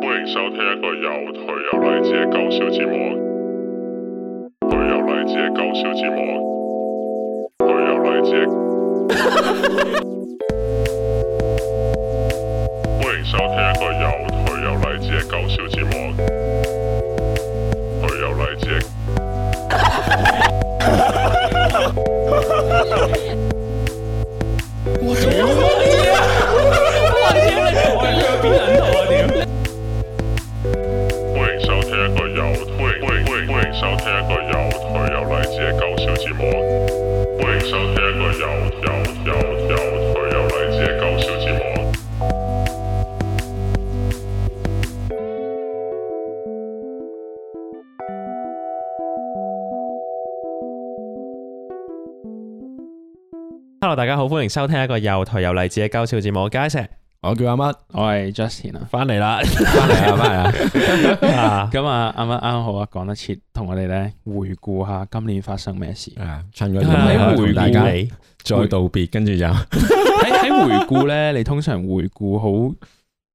歡迎收聽一個有頹有勵志嘅搞笑節目。頹有勵志嘅搞笑節目。頹有勵志嘅。 歡迎收聽一個有頹有勵志嘅搞笑節目。頹有勵志嘅。歡迎收聽一個啊有歡迎歡迎歡迎歡迎收聽一個有頹有勵志嘅搞笑節目。歡迎收聽一個有有有有頹有勵志嘅搞笑節目。 Hello，大家好，歡迎收聽一個又頹又勵志嘅搞笑節目《街石我叫阿乜，我係 Justin 啊，翻嚟啦，翻嚟啦，翻嚟啦。》 啊，咁啊啱啱啱好啊，講得切，同我哋咧回顧下今年發生咩事。啊，趁個因為年尾同大家你再道別，跟住就喺喺回顧咧，你通常回顧好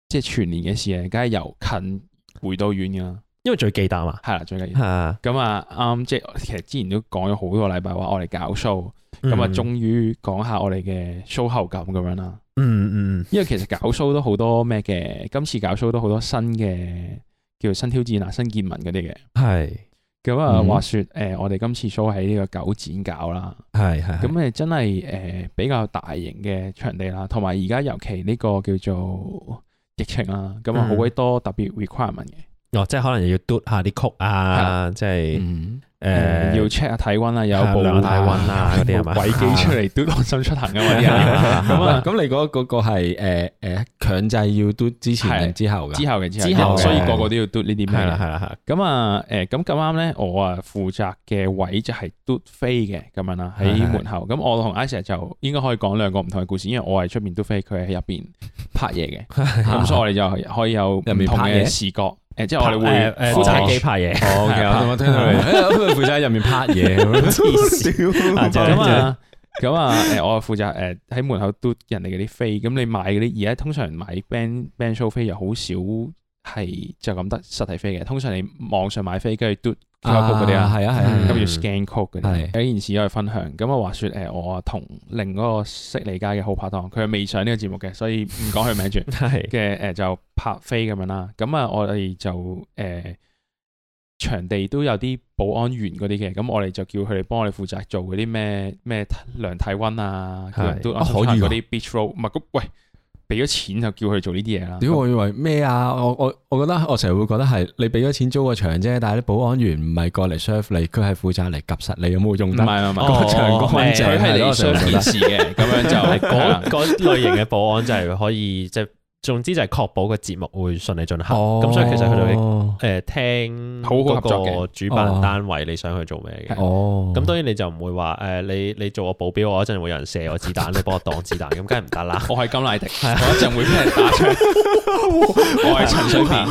即係全年嘅事啊，梗係由近回到遠噶啦，因為最忌憚啊，係啦，最緊要。啊，咁啊啱，即係其實之前都講咗好多個禮拜話我哋搞 show，咁啊嗯，終於講下我哋嘅 show 後感咁樣啦。嗯嗯因為其實搞 show 都好多咩嘅，今次搞 show 都好多新嘅叫做新挑戰啊、新見聞嗰啲嘅。嗯，係咁啊，嗯話説誒、我哋今次 show 喺呢個九展搞啦，係係，咁誒真係誒、比較大型嘅場地啦，同埋而家尤其呢個叫做疫情啦，咁啊嗯好鬼多特別 requirement 嘅，哦，即係可能又要嘟下啲曲啊，即係嗯，呃誒要 check 下體温啦，有係部量體温啊嗰啲係嘛鬼機出 嚟嘟安心出行啊嘛啲人，咁啊咁你嗰嗰個係誒誒強制要嘟之前定之後噶？之後嘅之之後後嘅，嘅所以個個都要嘟呢啲咩係啦啦。係啦係啦，咁啊，誒咁咁啱咧，我啊負責嘅位就係嘟飛嘅咁樣啦，喺係係門口。咁我同 Isa 就應該可以講兩個唔同嘅故事，因為我係出面嘟飛，佢係喺入邊拍嘢嘅。 咁所以我哋就可以有唔同入面拍嘅嘢視覺，誒，即係我哋會誒負揸機責拍嘢，哦，OK，我我聽到 你，誒負責喺入面拍 嘢咁 樣，咁啊，咁啊，誒，我負責誒喺門口嘟人哋嗰啲飛，咁你買嗰啲，而家通常買 band band show 飛又好少係就咁得實體飛嘅，通常你網上買飛跟住嘟 QR code 嗰啲啊，係啊係啊係咁啊，要 scan code 係嗰啲。有一件事我哋分享，咁啊話説誒，我啊同另嗰個悉尼街嘅好拍檔，佢係未上呢個節目嘅，所以唔講佢名住。係嘅誒就拍飛咁樣啦。咁啊，我哋就誒、呃、場地都有啲保安員嗰啲嘅，咁我哋就叫佢哋幫我哋負責做嗰啲咩咩量體温啊，係叫都啊可以喎嗰啲 beach roll，唔係咁喂，俾咗錢就叫佢哋做呢啲嘢啦。屌，我以為咩啊？我我我覺得我成日會覺得係你俾咗錢租個場啫，但係啲保安員唔係過嚟 serve 你，佢係負責嚟及實你有冇唔用係得唔。係唔係，哦個場個温正佢係係嚟咯，成日 serve 覺件得事嘅，咁樣就係 係啦嗰嗰類型嘅保安就係可以即係，總之就係確保個節目會順利進行，咁所以其實佢哋哦誒聽好好合作嘅哦嗰個主辦單位你想去做咩嘅。哦咁當然你就唔會話誒、你你做我保鏢，我一陣會有人射我子彈，你幫我擋子彈，咁梗係 。唔得啦我係金乃迪，我一陣會俾人打槍。 我係陳水扁，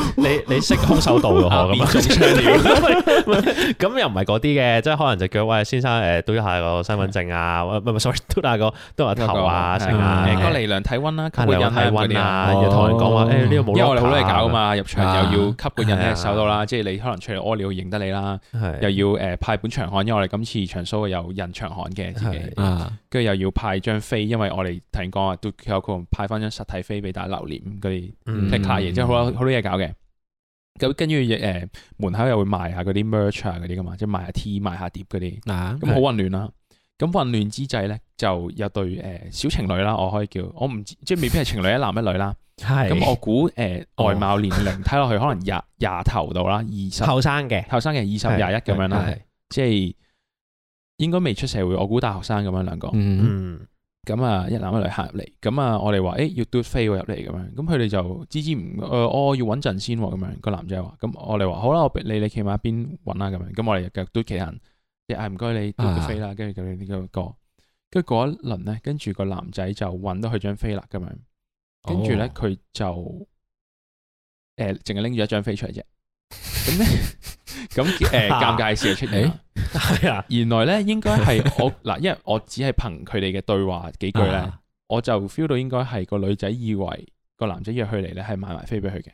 你你識空手道嘅啊我變咁中 槍了。 咁又唔係嗰啲嘅，即係可能就叫喂先生誒，嘟、下個身份證啊，唔係唔係，sorry，嘟下個嘟下 頭啊，成啊，誒誒個嚟量體温啦，吸啊個印量啊體嗰温啲啊。啊，又同人講話誒呢度冇因為我哋好多嘢 locker 啊搞噶，嘛，入場又要吸個印啊喺手度啦，即係你可能出嚟屙尿認得你啦，又係要誒派本長刊，因為我哋今次場 show 有印長刊嘅自己係，啊，跟住又要派張飛，因為我哋頭先講話都有個派翻張實體飛俾大家留念嗰啲嗯 t 卡嘢，即係好多好多嘢搞嘅。咁跟住誒門口又會賣下嗰啲 merch 啊嗰啲噶嘛，即係賣下 T 賣下碟嗰啲，啊嗱咁好混亂啦。咁混亂之際咧，就有對誒小情侶啦，我可以叫，我唔知即係未必係情侶，一男一女啦。係咁我估誒外貌年 齡睇落去可能廿廿頭到啦，二十後生嘅後生嘅二十廿一咁樣啦係，即係應該未出社會，我估大學生咁樣兩個。嗯嗯咁啊一男一女行入嚟，咁啊我哋話誒要嘟飛喎入嚟咁樣，咁佢哋就支支唔誒，我哦要揾陣先喎咁樣。個男仔話，咁我哋話好啦，我俾你你企埋一邊揾啦咁樣。咁我哋又繼續嘟其他人，即係啊唔該你嘟佢飛啦，跟住咁樣呢個歌。跟住嗰一輪咧，跟住個男仔就揾到佢張飛啦咁樣。跟住咧哦佢就誒呃淨係拎住一張飛出嚟啫。咁咧 咁誒尷尬事就出現啦。係啊，原來咧應該係我嗱，因為我只係憑佢哋嘅對話幾句咧啊，我就 feel 到應該係個女仔以為個男仔約佢嚟咧係買埋飛俾佢嘅。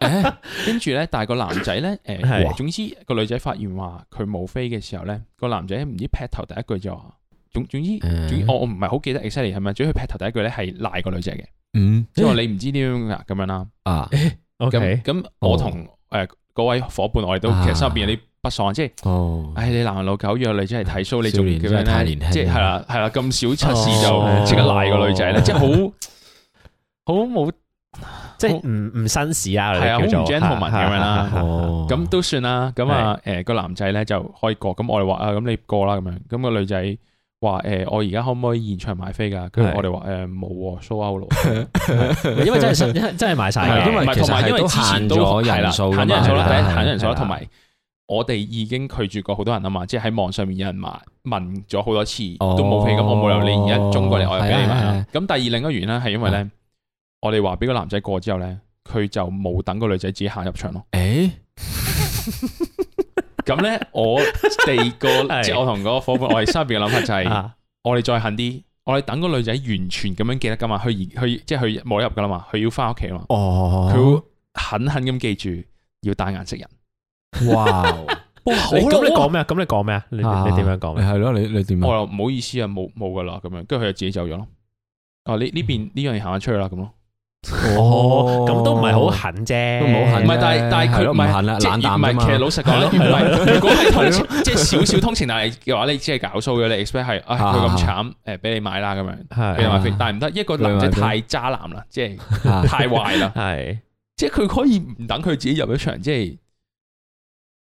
誒跟住咧，但係個男仔咧，係誒，總之個女仔發現話佢冇飛嘅時候咧，個男仔唔知劈頭第一句就話，總總之，哎嗯總之我我唔係好記得 exactly 係咪，總之佢劈頭第一句咧係賴個女仔嘅，嗯哎即係話你唔知點樣㗎咁樣啦。啊， O 咁 K，咁我同誒嗰位伙伴，我哋都啊其實心入邊有啲不爽，即係。哦，唉，你男老狗約女仔嚟睇 show，你少仲年咁真樣係太咧年輕啦即係係啦係啦，咁少測試哦就即刻賴個女仔咧，即係哦好好冇即係唔唔紳士啊，係啊我哋叫好做唔 gentleman 咁樣啦係係係係哦，咁都算啦。咁啊誒個男仔咧就可以過，咁我哋話啊咁你過啦咁樣。咁個女仔話誒我而家可唔可以現場買飛㗎？跟係住我哋話誒冇喎，show out 咯。係因為真係真真係賣晒係嘅，啊因為唔係其實同埋係因為都之前都限咗係啦人數㗎嘛限咗人數係啦，啦第一係啦限咗人數啊啦，係啦同埋我哋已經拒絕過好多人啊嘛，即係喺網上面有人問問咗好多次哦都冇飛，咁我冇理由你而家中過嚟，我又俾你係啊買係啦啊。咁第二另一個原因係因為咧，我哋話俾個男仔過之後咧，佢就冇等個女仔自己行入場 咯。誒咁咧，我哋 個係即係我同嗰個伙伴，我哋心入邊嘅諗法就係，啊我哋再狠啲，我哋等個女仔完全咁樣記得噶嘛，佢而佢即係佢冇得入噶啦嘛，佢要翻屋企啊嘛，佢哦，會狠狠咁記住要戴顏色人。哇， 哇好啦咁你哇講咩啊？咁你講咩啊？你你你點樣講你？係咯，你你點我啊？又唔好意思啊，冇冇噶啦咁樣，跟住佢就自己走咗咯。哦，呢呢邊呢樣嘢行咗出去啦咁咯，哦，咁都唔係好狠啫，都唔係好唔狠係但係係但係係佢咯唔係唔啊行啦即係冷淡唔啫係嘛其實老實講咧，唔係咯係係如果係通情，即係少少通情，但係嘅話你只係搞騷嘅，你 expect 係唉佢咁慘誒，俾你買啦咁樣，俾你買係飛，但係唔得，一個男仔太渣男啦，即係啊太壞 啦，係，即係佢可以唔等佢自己入咗場，即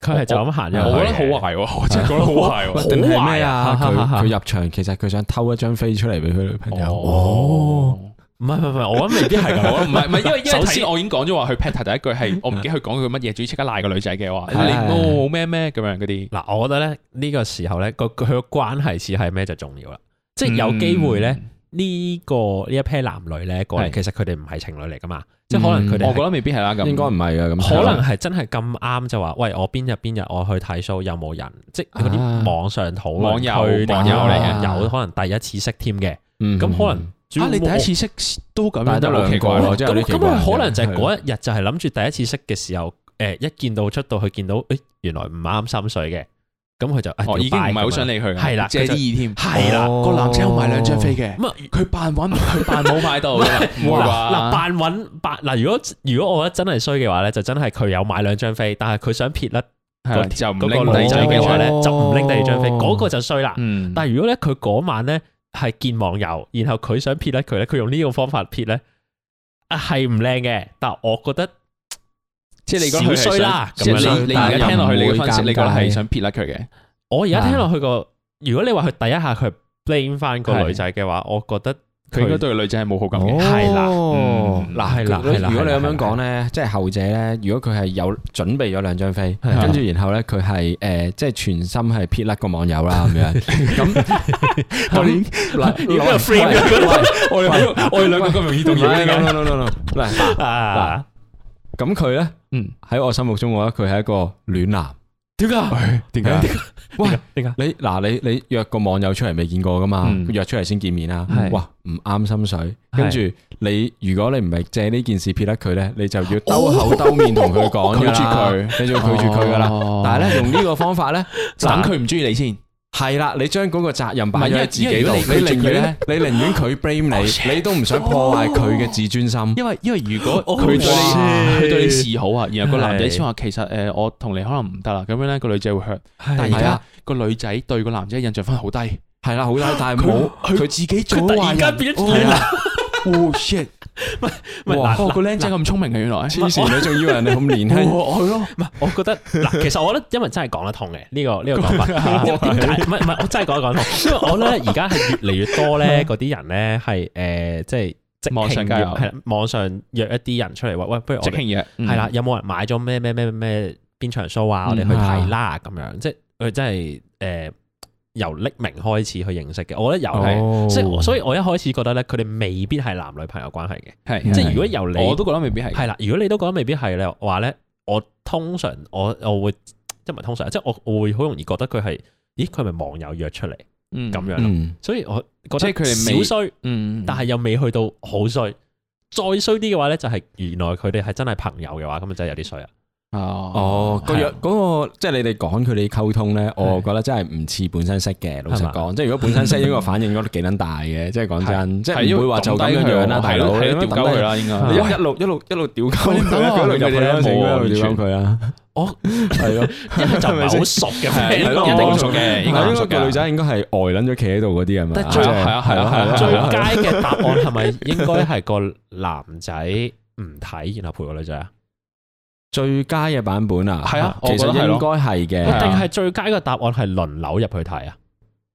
佢係就咁行入係去嘅，我覺得好壞喎，我真係覺得好喂壞喎。定係好壞咩啊啊？佢佢入場其實佢想偷一張飛出嚟俾佢女 朋友。哦，唔係唔係唔係，我諗未必係咁。我唔 係唔係，因為因為首頭先先我已經講咗話，佢 p a t 第一句 係我唔記得佢講佢乜嘢，主要即刻賴個女仔嘅話，係你冇咩咩咁樣嗰啲，嗱，我覺得咧呢個時候咧個佢個關係似係咩就重要啦，即 Ừ. 係有機會咧呢個呢一 pair 男女咧個人係其實佢哋唔係情侶嚟噶嘛，即係可能佢嗯。我覺哋得未必係啦，咁應該唔係噶，咁係可能係真係咁啱就話，喂我邊日邊日我去睇 show 有冇人，即係嗰啊啲網上討論網友區定網友嚟係嘅有可能第一次識添嘅，嗯咁可能啊，你第一次識都咁但樣係都得好奇兩個怪咯咯，，即係有咁啲咁奇怪佢可能就係係咯嗰一日就係諗住第一次識嘅時候，誒一見到出到去見到，誒原來唔啱心水嘅，咁佢就啊哦，已經唔係好想理佢，係啦借佢啲就意添，係啦個男仔有買兩張飛嘅，咁啊。佢扮揾，佢扮冇買到，唔 會嗱嗱啩？扮揾扮嗱，如果如果我覺得真係衰嘅話咧，就真係佢有買兩張飛，但係佢想撇甩係啦嗰就唔嗰拎個女女仔仔嘅嘅話話咧咧，，就唔拎第二張飛，嗰個就衰啦。嗯，但係如果咧佢嗰晚咧係見網友，然後佢想撇甩佢咧，佢用呢個方法撇咧，啊係唔靚嘅，但係我覺得即係你講佢係少衰想，啦即咁樣係啦你你但而家聽落去你又唔嘅分析，會尷尬你覺得係想撇甩佢嘅，我而家聽落去個，如果你話佢第一下佢係 blame 翻個女仔嘅話，我覺得佢應該對女仔係冇好感嘅。係啦哦嗯嗱係啦係啦如果你係啦咁樣係啦講咧，即係後者咧，如果佢係有準備咗兩張飛，係跟住然後咧佢係誒，即係全心係撇甩個網 友啦咁樣。咁我哋嗱，如果 frame 咗我哋我哋兩個咁容易動搖喂嘅， no, no, no, no, no. 嗱，啊，咁佢咧嗯，喺我心目中，我覺得佢係一個暖男。點解？點解？喂，點解？你嗱你你約個網友出嚟未見過噶嘛？嗯約出嚟先見面啦係。哇，唔啱心水。跟住你如果你唔係借呢件事撇甩佢咧，你就要兜口兜面同佢講㗎啦拒絕 佢，你就要拒絕佢噶啦。但係咧用呢個方法 咧，等佢唔中意你先，係啦，你將嗰個責任擺唔係咗因為喺自己因度，為如你果你拒絕寧佢願呢你寧願佢 blame 你，你都唔想破壞佢嘅自尊心。因為因為如果哦佢對你哇佢對你示好啊，然後個男仔係先話其實誒我同你可能唔得啦，咁樣咧個女仔會 hurt，但係而係家啊個女仔對個男仔印象分好低，係啦，好啦，但係冇佢佢自己做佢突然壞間人變咗係暖啦，哦 shit，唔係哇嗱哦個僆仔咁聰明嘅原來，黐線，你仲以為人哋咁年輕？哦係咯，唔係，我覺得嗱，其實我覺得因為真係講得通嘅呢個呢個講法，因為點解？唔係唔係，我真係講得講得通，因為我咧而家係越嚟越多咧，嗰啲人咧係誒，即係即網上興交友約係啦網上約一啲人出嚟，喂喂，不如我即哋興嘢嗯係啦，，有冇人買咗咩咩咩咩邊場 show 啊？我哋去睇啦，咁樣即係佢真係誒由匿名開始去認識嘅，我覺得有係，哦即係所以我一開始覺得咧，佢哋未必係男女朋友關係嘅，係即係係如果由你嗯我都覺得未必係，係啦，如果你都覺得未必係咧，話咧，我通常我我會即係唔係通常，即係我我會好容易覺得佢係，咦佢係咪網友約出嚟咁咁樣咯？嗯所以我覺得即係佢哋未少衰，嗯但係又未去到好衰，再衰啲嘅話咧，就係原來佢哋係真係朋友嘅話，咁就真係有啲衰啊。哦，個係啊樣嗰個即係你哋講佢哋溝通咧，我覺得真係唔似本身識嘅。老實係講，即係如果本身識，應該反應應該都幾撚大嘅。即係講真，即係係唔會話就咁樣樣啦，大係佬咯，係你咯，咁掉鳩佢樣啦，應該。啊抌低，你一一路一路一路屌鳩佢，你唔好話一路入去啦，佢哋成個冇一路屌鳩完全佢啦。我係咯，因為就唔係啊好熟嘅 friend，係一應該定冇要熟嘅應該係唔應熟該個嘅女仔應該係呆撚咗企喺度嗰啲係咪？但最即係係啊係啊係啊最係啊佳嘅答案係咪應該係個男仔唔睇，然後陪個女仔啊？最佳嘅版本啊，係啊其實我應覺得係咯該係嘅，係啊 定係最佳嘅答案係輪流入去睇啊？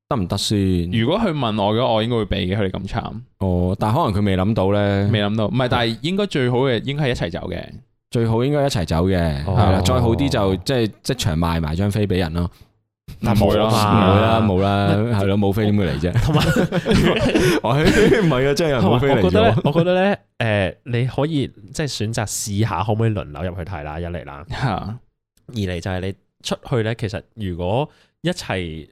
得唔得先？如果佢問我嘅話，我應該會避嘅。佢哋咁慘，哦，但可能佢未諗到咧，未諗到。唔係，但係應該最好嘅應該係一齊走嘅。最好應該一齊走嘅，係哦啦，再好啲就即係即場賣埋張飛俾人咯，但冇啦唔嘛會啦，冇啦，係咯，冇飛點會嚟啫？同埋我唔係啊，真係有人同冇埋，飛我嚟覺得咧咗，，我覺得咧，誒，你可以即係選擇試下可唔可以輪流入去睇啦，一嚟啦，嚇，二嚟就係你出去咧，其實如果一齊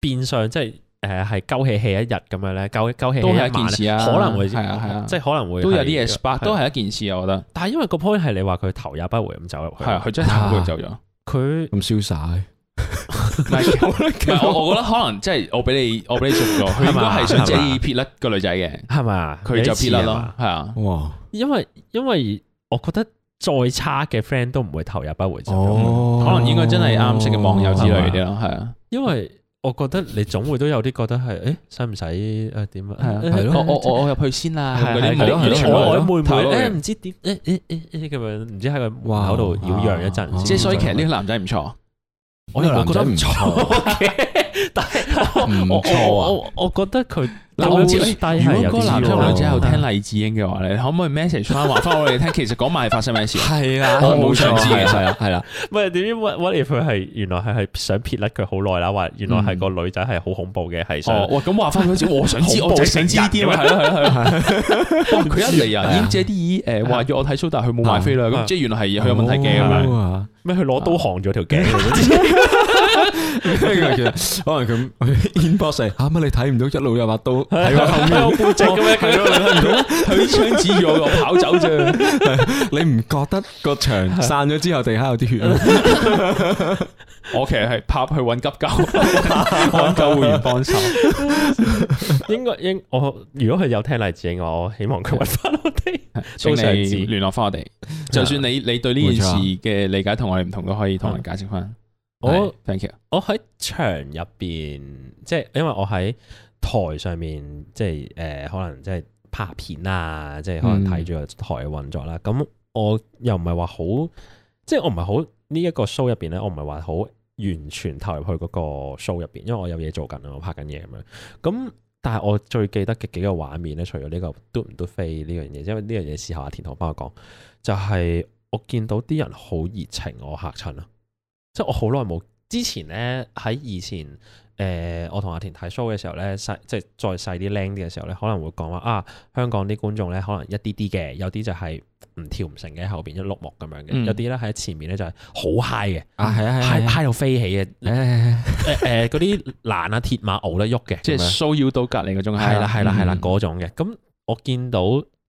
變相即係誒係鳩氣氣一日咁樣咧，鳩鳩氣氣都係一一晚件咧事啊。可能會係啊係啊，即係可能會都有啲係嘢 spark，都係一件事啊。我覺得但係因為個 point 係你話佢頭也不回咁走入去，係啊，佢真係行過走咗。 佢咁瀟灑，唔係，唔係我我覺得可能即係我俾你，我俾你捉咗，佢應該係想借意撇甩個女仔嘅，係嘛？佢就撇甩你知係嘛咯，係啊。哇，因為因為我覺得再差嘅 friend 都唔會頭也不回走咗，哦，可能應該真係啱識嘅網友之類啲咯，係啊，因為我覺得你總會都有啲覺得係誒使唔使誒點係啊啊？誒我我我我入去先啦，嗰啲係係冇係係曖咯曖係昧係咯昧誒唔知點誒誒誒誒咁樣，唔知喺個門口度擾攘一陣先。即係所以其實實呢個男仔唔錯，我又呢唔個覺得男唔仔唔錯嘅，但係我唔錯我啊我我覺得佢嗱我唔知低係如有果嗰個啲男仔喎或者有聽黎智英嘅話咧，你可唔可以 message 翻話翻我哋聽？其實嗰晚係發生咩事？係啦，我冇冇想想知知嘅，嘅係啦，係啦，唔係點知 what what if 佢係原來係係想撇甩佢好耐啦，話原來係個女仔係好恐怖嘅，係想哦，哇！咁話翻佢知，我想知，恐怖我就想知呢啲啊，係咯係咯 係咯。哇！佢一嚟啊，已經借啲嘢誒話約我睇 show，但係佢冇買飛啦，啊咁即係原來係佢有問題嘅咁樣。樣。咩？佢攞刀行咗條頸，跟住其實可能佢 ờ, inbox 嚟嚇乜你睇唔到一路有把刀喺我後面，我背脊咁樣係啊咯，你睇唔到，佢槍指住我，我跑走啫。你唔覺得個牆散咗之後地下有啲血咩？ 我其實係拍去揾急救， 揾救護員幫手。應該應我如果佢有聽黎智英，我希望佢揾翻我哋。請都想知你聯絡翻我哋，就算你你對呢件事嘅理解同我哋唔同，都可以同人解釋翻。係我 thank you。我喺場入邊，即係因為我喺台上面，即係誒、呃可能即係拍片啊，即係可能睇住個台嘅運作啦。咁、我又唔係話好，即係我唔係好呢一個 show 入邊咧，我唔係話好完全投入去嗰個 show 入邊，因為我有嘢做緊啊，我拍緊嘢咁樣。咁但係我最記得嘅幾個畫面咧，除咗呢個嘟唔嘟飛呢樣嘢，因為呢樣嘢事後阿田堂幫我講，就係、我見到啲人好熱情，我嚇親啦。即係我好耐冇之前咧，喺以前誒、呃我同阿田睇 show 嘅時候咧，細即係再細啲僆啲嘅時候咧，可能會講話啊，香港啲觀眾咧可能一啲啲嘅，有啲就係唔跳唔成嘅，喺後邊一碌木咁樣嘅，嗯有啲咧喺前面咧就係好 high 嘅啊，係啊， ，high 係 high 到飛起嘅，啊，誒誒嗰啲欄啊鐵馬熬得喐嘅，即係咁樣騷擾到隔離嗰種係啦係啦係啦嗯嗰種嘅。咁我見到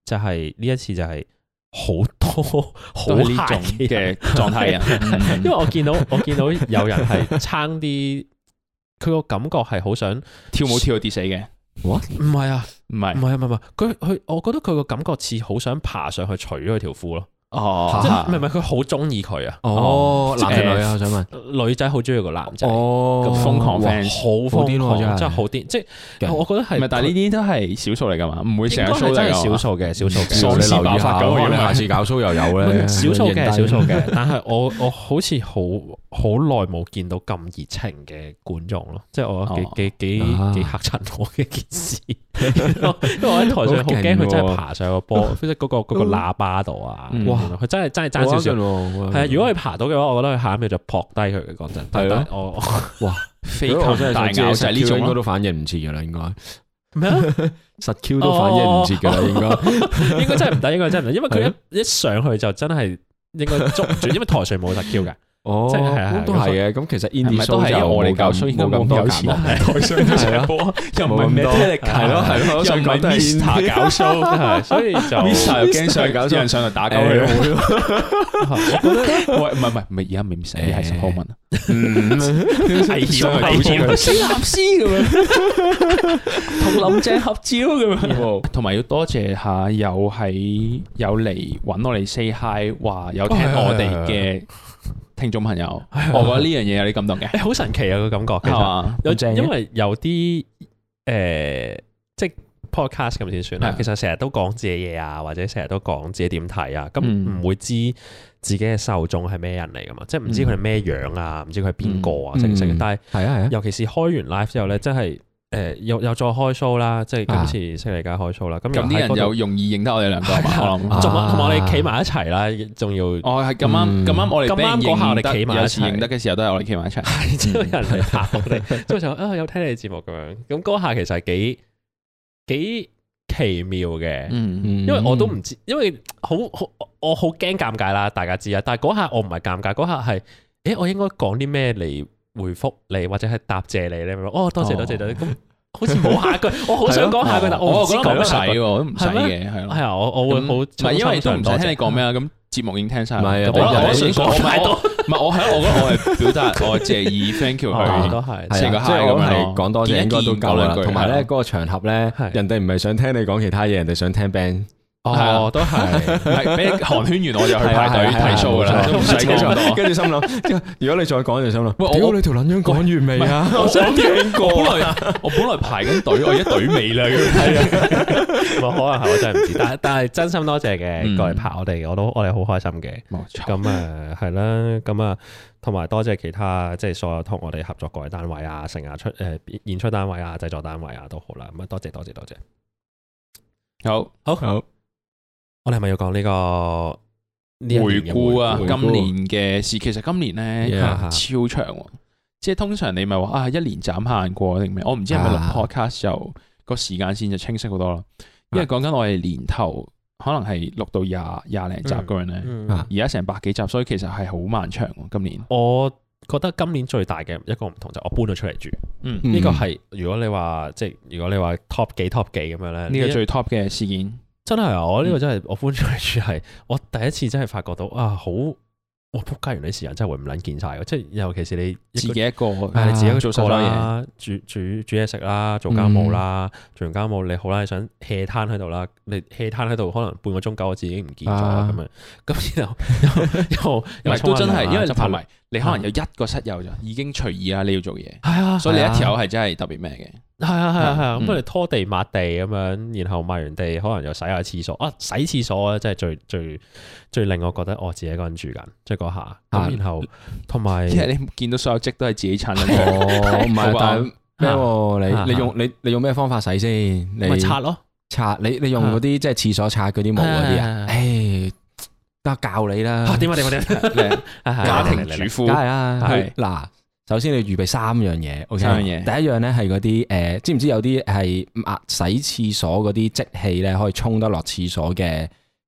就係呢一次就係好多好都係呢種 high 嘅人嘅嗯狀態啊 嘅 人，因為我見到我見到有人係撐啲，佢個感覺係好想，唔跳舞跳到跌死嘅，唔係係啊，唔係啊，唔係唔係，佢佢，我覺得佢個感覺似好想爬上去除咗佢條褲咯，哦即係唔係嚇唔係，佢好中意佢啊，哦，男定誒女啊？我想問，女仔好中意個男仔，哦咁瘋狂哇 fans 好好癲喎瘋狂，真啊係真係好癲，即係勁我覺得唔係，係，但係呢啲都係少數嚟㗎嘛，唔會成應日該 show 係真嚟係少㗎嘛。數嘅，少數嘅。喪屍爆發咁啊可能因為下次搞 show 又有咧，少數嘅，認低少數嘅， 但係我我好似好好耐冇見到咁熱情嘅觀眾咯，即係我幾哦幾幾啊幾嚇親我嘅一件事， 因為我喺台上好驚佢真係爬上個波，即係嗰個嗰個喇叭度啊，嗯哇！佢真係真係爭少少，係係啊！如果佢爬到嘅話，我覺得佢下一秒就撲低佢嘅，講真，但係咯但我我 飛如果我真禽係大想咬知就係呢種應該咯，都反應唔切嘅啦，應該 咩啊？實 Q 都反應唔切嘅啦，應該 應該真係唔得，應該真係唔得，因為佢一一上去就真係應該捉唔住，因為台上冇特 Q 嘅，哦，即係係係咁都係嘅。咁其實 indie 咪都 show 係就我哋冇搞咁 show，應該冇冇咁咁多有錢錢，台上都成波，又唔係冇咁多 Metallica，係咯係咯我又想唔講係都係 Mr 搞 show，係所以就 Mr 又驚上去搞 show 有人上嚟打鳩誒佢。會咯 喂，唔係唔係唔係，而家唔係 Mr，而係陳浩文啊，危險上嚟危險搞 show 死藍絲 咁樣，同林鄭合照咁樣。哇同埋要多謝下有喺有嚟揾我哋 say hi，話有聽我哋嘅聽眾朋友，我覺得呢樣嘢有啲感動嘅，誒 好神奇啊個感覺，其係實嘛？有咁正嘅因為有啲誒即係 podcast 咁先算啦。係其實成日都講自己嘢啊，或者成日都講自己點睇啊，咁嗯唔會知自己嘅受眾係咩人嚟噶嘛，即係唔嗯知佢哋咩樣啊，唔知佢係邊個啊，嗯成成嘅嗯但係係啊係啊，尤其是開完 live 之後咧，真係誒又又再開 show 啦，即係今次悉尼街開 show 啦。咁啊咁啲人又又容易認得我哋兩個係嘛，我諗。Ờ. 仲有同埋我哋啊企埋一齊啦，仲要哦，係咁啱，嗯咁啱我哋咁啱嗰下我哋企埋一齊有時認得嘅時候都係我哋企埋一齊。即係 有人嚟拍我哋，即係想啊有聽你節目咁樣，咁嗰下其實係幾幾奇妙嘅，嗯，因為我都唔知，因為好好我好驚尷尬啦，大家知啊，但係嗰下我唔係尷尬，嗰下係，誒我應該講啲咩嚟回覆你或者係答謝你咧？哦多謝哦多謝多謝，咁好似 冇下一句，我好想講下一句，但我我又唔知覺得講唔咩使下一句喎，都唔使係嘅，係咯。係啊，我我會咁好唔係因為都唔使聽你講咩啊，咁節目已經聽晒啦。唔係啊我我人我哋純已粹經我唔講係太多我唔係我係我覺得我係表達我謝意 thank you 哦佢。都係係 say 個啊即 hi 係我咁樣咯係講多謝應該都夠啦見一見講兩句。同埋咧，係啊嗰個場合咧係，人哋唔係想聽你講其他嘢，人哋想聽 band。哦都係。係俾寒暄完我就去排係隊啊係啊睇 show 噶啦，係啊都唔使講咁 多。跟住心諗，如果你再講就心喂諗，我屌你條撚樣講完未啊？我想聽過，我本來我本來排緊隊，我一隊尾啦。係啊，冇可能係我真係唔知，但係但係真心多謝嗯嘅過嚟拍我哋，我都我哋好開心嘅。冇錯。 咁啊係啦，咁啊同埋多謝其他即係所有同我哋合作各位單位啊、成啊出誒演出單位啊、製作單位啊都好啦。咁啊多謝多謝多謝。好，好，我哋係咪要講呢個呢一年回嘅顧啊，回今顧年嘅事，其實今年咧 Yeah 超長喎，即係通常你咪話啊一年斬限過定咩？我唔知係咪啊錄 podcast 就個時間線就清晰好多啦，因為講緊我哋年頭可能係錄到廿廿零集咁樣咧，嗯啊而家成百幾集，所以其實係好漫長喎，今年。我覺得今年最大嘅一個唔同就係我搬咗出嚟住，嗯，嗯呢個係如果你話即係如果你話 top 幾 top 幾咁樣咧，呢一個最嗯 top 嘅事件。真係啊！我呢個真係我搬出嚟住係，我第一次真係發覺到啊，好哇仆街！原來啲時間真係會唔撚見晒嘅，即係尤其是你自一個己一個，係你自己一個做手個啦啦，煮煮煮嘢食啦，做家務啦，做完家務你好啦，你想 hea 攤喺度啦，你 hea 攤喺度可能半個鐘九個字已經唔見咗啦啊咁樣，咁然後又唔又係都真係，因為拍同埋你可能有一個室友就已經隨意啦，你要做嘢，係啊，所以你係啊一條友係真係特別咩係啊係啊係啊，嗯咁我哋拖地抹地咁樣，然後抹完地可能又洗下廁所啊，洗廁所啊，真係最最最令我覺得我自己一個人住緊，即係嗰下。啊咁然後同埋嘅，因為你見到所有積都係自己撐 緊哦嘅，，唔係，但係咩啊喎？你你用你你用咩方法洗先？咪你刷咯，刷你你用嗰啲即係廁所刷嗰啲毛嗰啲啊啊？誒，得教你啦。啊點啊點啊點啊，家庭嚟嚟嚟主嚟婦梗係啦，係佢嗱，首先你要預備三樣嘢，OK？三樣嘢第一樣咧係嗰啲誒，知唔知有啲係抹洗廁所嗰啲即氣咧，可以沖得落廁所嘅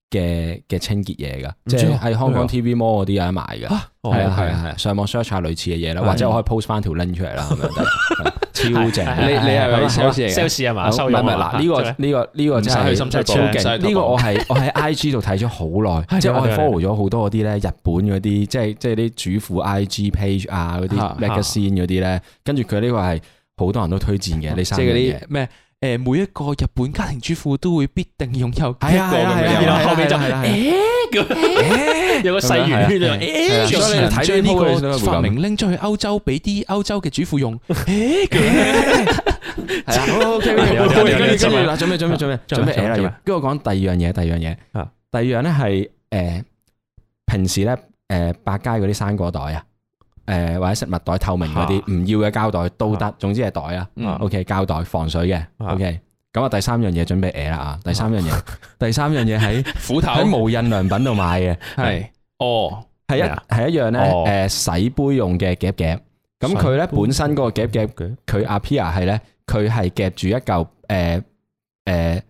嘅嘅清潔嘢噶，啊即知係喎喺香港 TV Mall 嗰啲有得賣噶。哦係啊係啊係啊，上網 search 下類似嘅嘢啦，係或者我可以 post 翻條 link 出嚟啦，咁樣 得係超正。你你係咪 sales 嚟嘅？ sales 啊嘛，唔係收入唔係嗱，呢個呢個呢個真唔使係去深水埗超唔使去淘勁！寶呢個我係我喺 IG 度睇咗好 係啊耐，即係我係係係 follow 咗好多嗰啲咧日本嗰啲，即係即係啲主婦 IG page 啊嗰嚇啲 magazine 嗰啲咧，跟住佢呢個係好多人都推薦啊嘅呢即三係樣嗰嘢啲。咩？誒，每一個日本家庭主婦都會必定擁有一個係啊係啊咁係啊樣然樣後後面就係啦誒咁， 有個細圓圈就誒係啊所以你睇將呢個呢都個會咁發明拎咗去歐洲，俾啲歐洲嘅主婦用。係啊， 好 OK，有有有有跟住跟住有啦，準備準備準備準做咩備做咩嚟啦做咩要，跟住我講第二樣嘢，第二樣嘢啊，第二樣咧係誒平時咧誒百佳嗰啲生果袋啊，誒或者食物袋透明嗰啊啲唔要嘅膠袋都得，總之係袋啊嗯，OK 膠袋防水嘅啊，OK。咁啊，第三樣嘢準備嚟啦啊！第三樣嘢，第三樣嘢喺斧頭喺無印良品度買嘅，係哦，係一咩啊係一樣咧哦誒洗杯用嘅夾夾。咁佢咧洗杯本身嗰個夾夾嘅佢阿 Pia 係咧，佢係夾住一嚿誒誒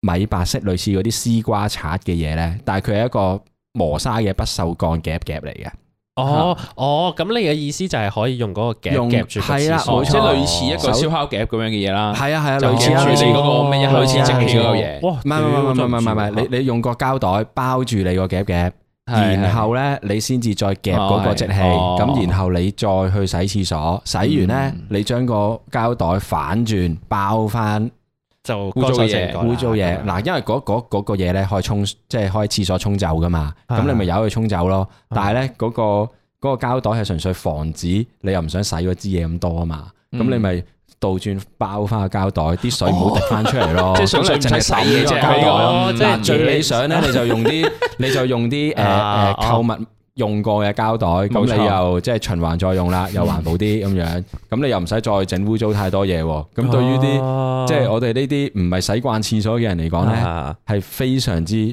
米白色類似嗰啲絲瓜刷嘅嘢咧，但係佢係一個磨砂嘅不鏽鋼夾夾嚟嘅，哦哦，咁你嘅意思就係可以用嗰個夾用夾住個係啦廁所冇錯哦即係類似一個手燒烤夾咁樣嘅嘢啦。係啊係啊，就類似夾啊，住類似你嗰個咩一類似即棄嗰個係嘢。哇，哦唔係唔係唔係唔係唔係唔屌係，你你用個膠袋包住你個夾夾，係然後咧你先至再夾嗰個積氣，哦咁然後你再去洗廁所，洗完咧嗯你將個膠袋反轉包翻就污糟嘢污糟嘢，嗱，因為嗰嗰嗰個嘢咧可以沖，即係可以廁所沖走噶嘛，係咁你咪由佢沖走咯。但係咧嗰個嗰個膠袋係純粹防止你又唔想洗嗰支嘢咁多啊嘛，咁嗯你咪倒轉包翻個膠袋，啲水唔好滴翻出嚟咯。 即係純粹唔咁你使洗嘅淨係抌咗個膠袋啫，咯佢呢哦個即係嗱，最理想咧，你就用 啲，你就用啲啊誒誒購物用過嘅膠袋，冇錯咁你又即係循環再用 啦，又環保啲咁樣，咁你又唔使再整污糟太多嘢喎。哦咁對於啲啲即係我哋呢啲唔係洗慣廁所嘅人嚟講啊咧，係咧。非常之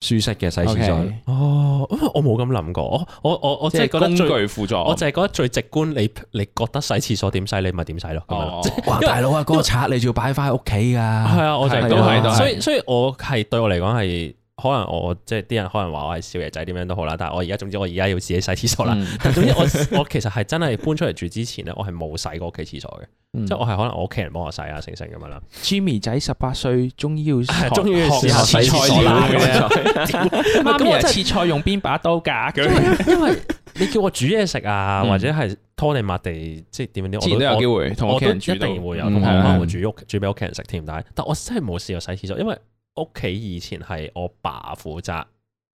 舒適嘅洗廁所 OK，。哦，因為我冇咁諗過，我我我我即即係係覺得工最，具輔助。我就係覺得最直觀，你你覺得洗廁所點洗，你咪點洗咯。咁樣哦， 哇，大佬啊，嗰個刷你仲要擺翻喺屋企㗎。係啊，我就係係啊咁都係所以所以我係對我嚟講係，可能我即係啲人可能話我係少爺仔點樣都好啦，但係我而家總之我而家要自己洗廁所啦。 嗯但總之我我其實係真係搬出嚟住之前咧，我係冇洗過屋企廁所嘅，嗯即係我係可能我屋企人幫我洗啊，成成咁樣啦。 Jimmy 仔十八歲，終 於要學終於要學試下切洗菜廁所啦料嘅啫媽咁咪我啊真係切菜用邊把刀㗎？ 咁因為你叫我煮嘢食啊，嗯或者係拖地抹地，即係點樣之前啲，都有我機都會同我屋企都一人煮到，定會有，嗯同埋我可係能啊會煮屋煮俾屋企人食添，但係但我真係冇試過洗廁所，因為屋企以前係我爸負責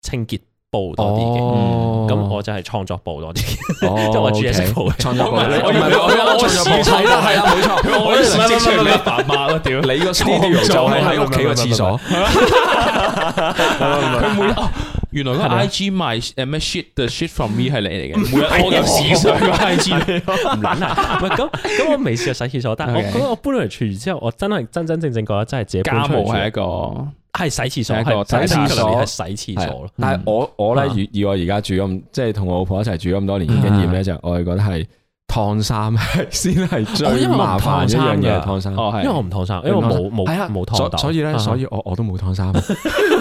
清潔部多啲嘅，哦，咁我就係創作部多啲， 即哦係我煮嘢食 OK 部嘅。創作部，我以唔為係我以為我創作部試係啦係啦，冇錯，我以為想即出出嚟嚟白馬咯，屌！你個 studio 就係喺屋企個廁所，佢每日哦原來嗰個 IG 賣誒咩 shit the shit from me 係你嚟嘅，每日我嘅屎上個 IG 唔撚啊！唔係咁咁，我未試過洗廁所，但係我 Okay 覺得我搬嚟住完之後，我真係真真正正覺得真係自己搬家出嚟務住係一個係洗廁所，係一個係洗廁所係洗廁所咯。但係我我咧啊以以我而家住咁，即係同我老婆一齊住咁多年嘅經驗咧，就我係覺得係燙衫係先係哦因最為我唔麻煩一樣燙衫嘢，㗎燙衫。哦因係，為我唔燙衫，因為我冇冇係啊冇燙所斗，所以咧，啊所以我我都冇燙衫。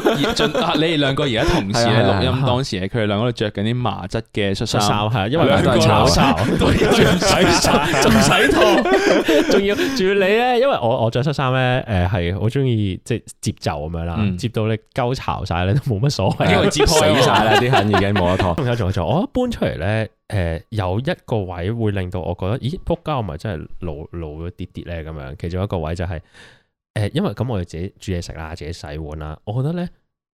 而盡啊！你哋兩個而家同時係啊喺係啊錄音當時，佢哋兩個都着緊啲麻質嘅恤出衫衫，係啊，因為兩個兩都係炒衫，仲要洗衫， 仲洗燙， 仲要仲要你咧，因為我我着出衫咧，誒係好中意即係接袖咁樣啦嗯，接到你鳩巢晒咧都冇乜所謂，因為接死開晒啦，啲痕已經冇得燙。仲有仲有仲有，我一哦搬出嚟咧，誒、有一個位會令到我覺得，咦，仆街，我咪真係老老咗啲啲咧咁樣。其中一個位就係、誒、因為咁我哋自己煮嘢食啦，自己洗碗啦，我覺得咧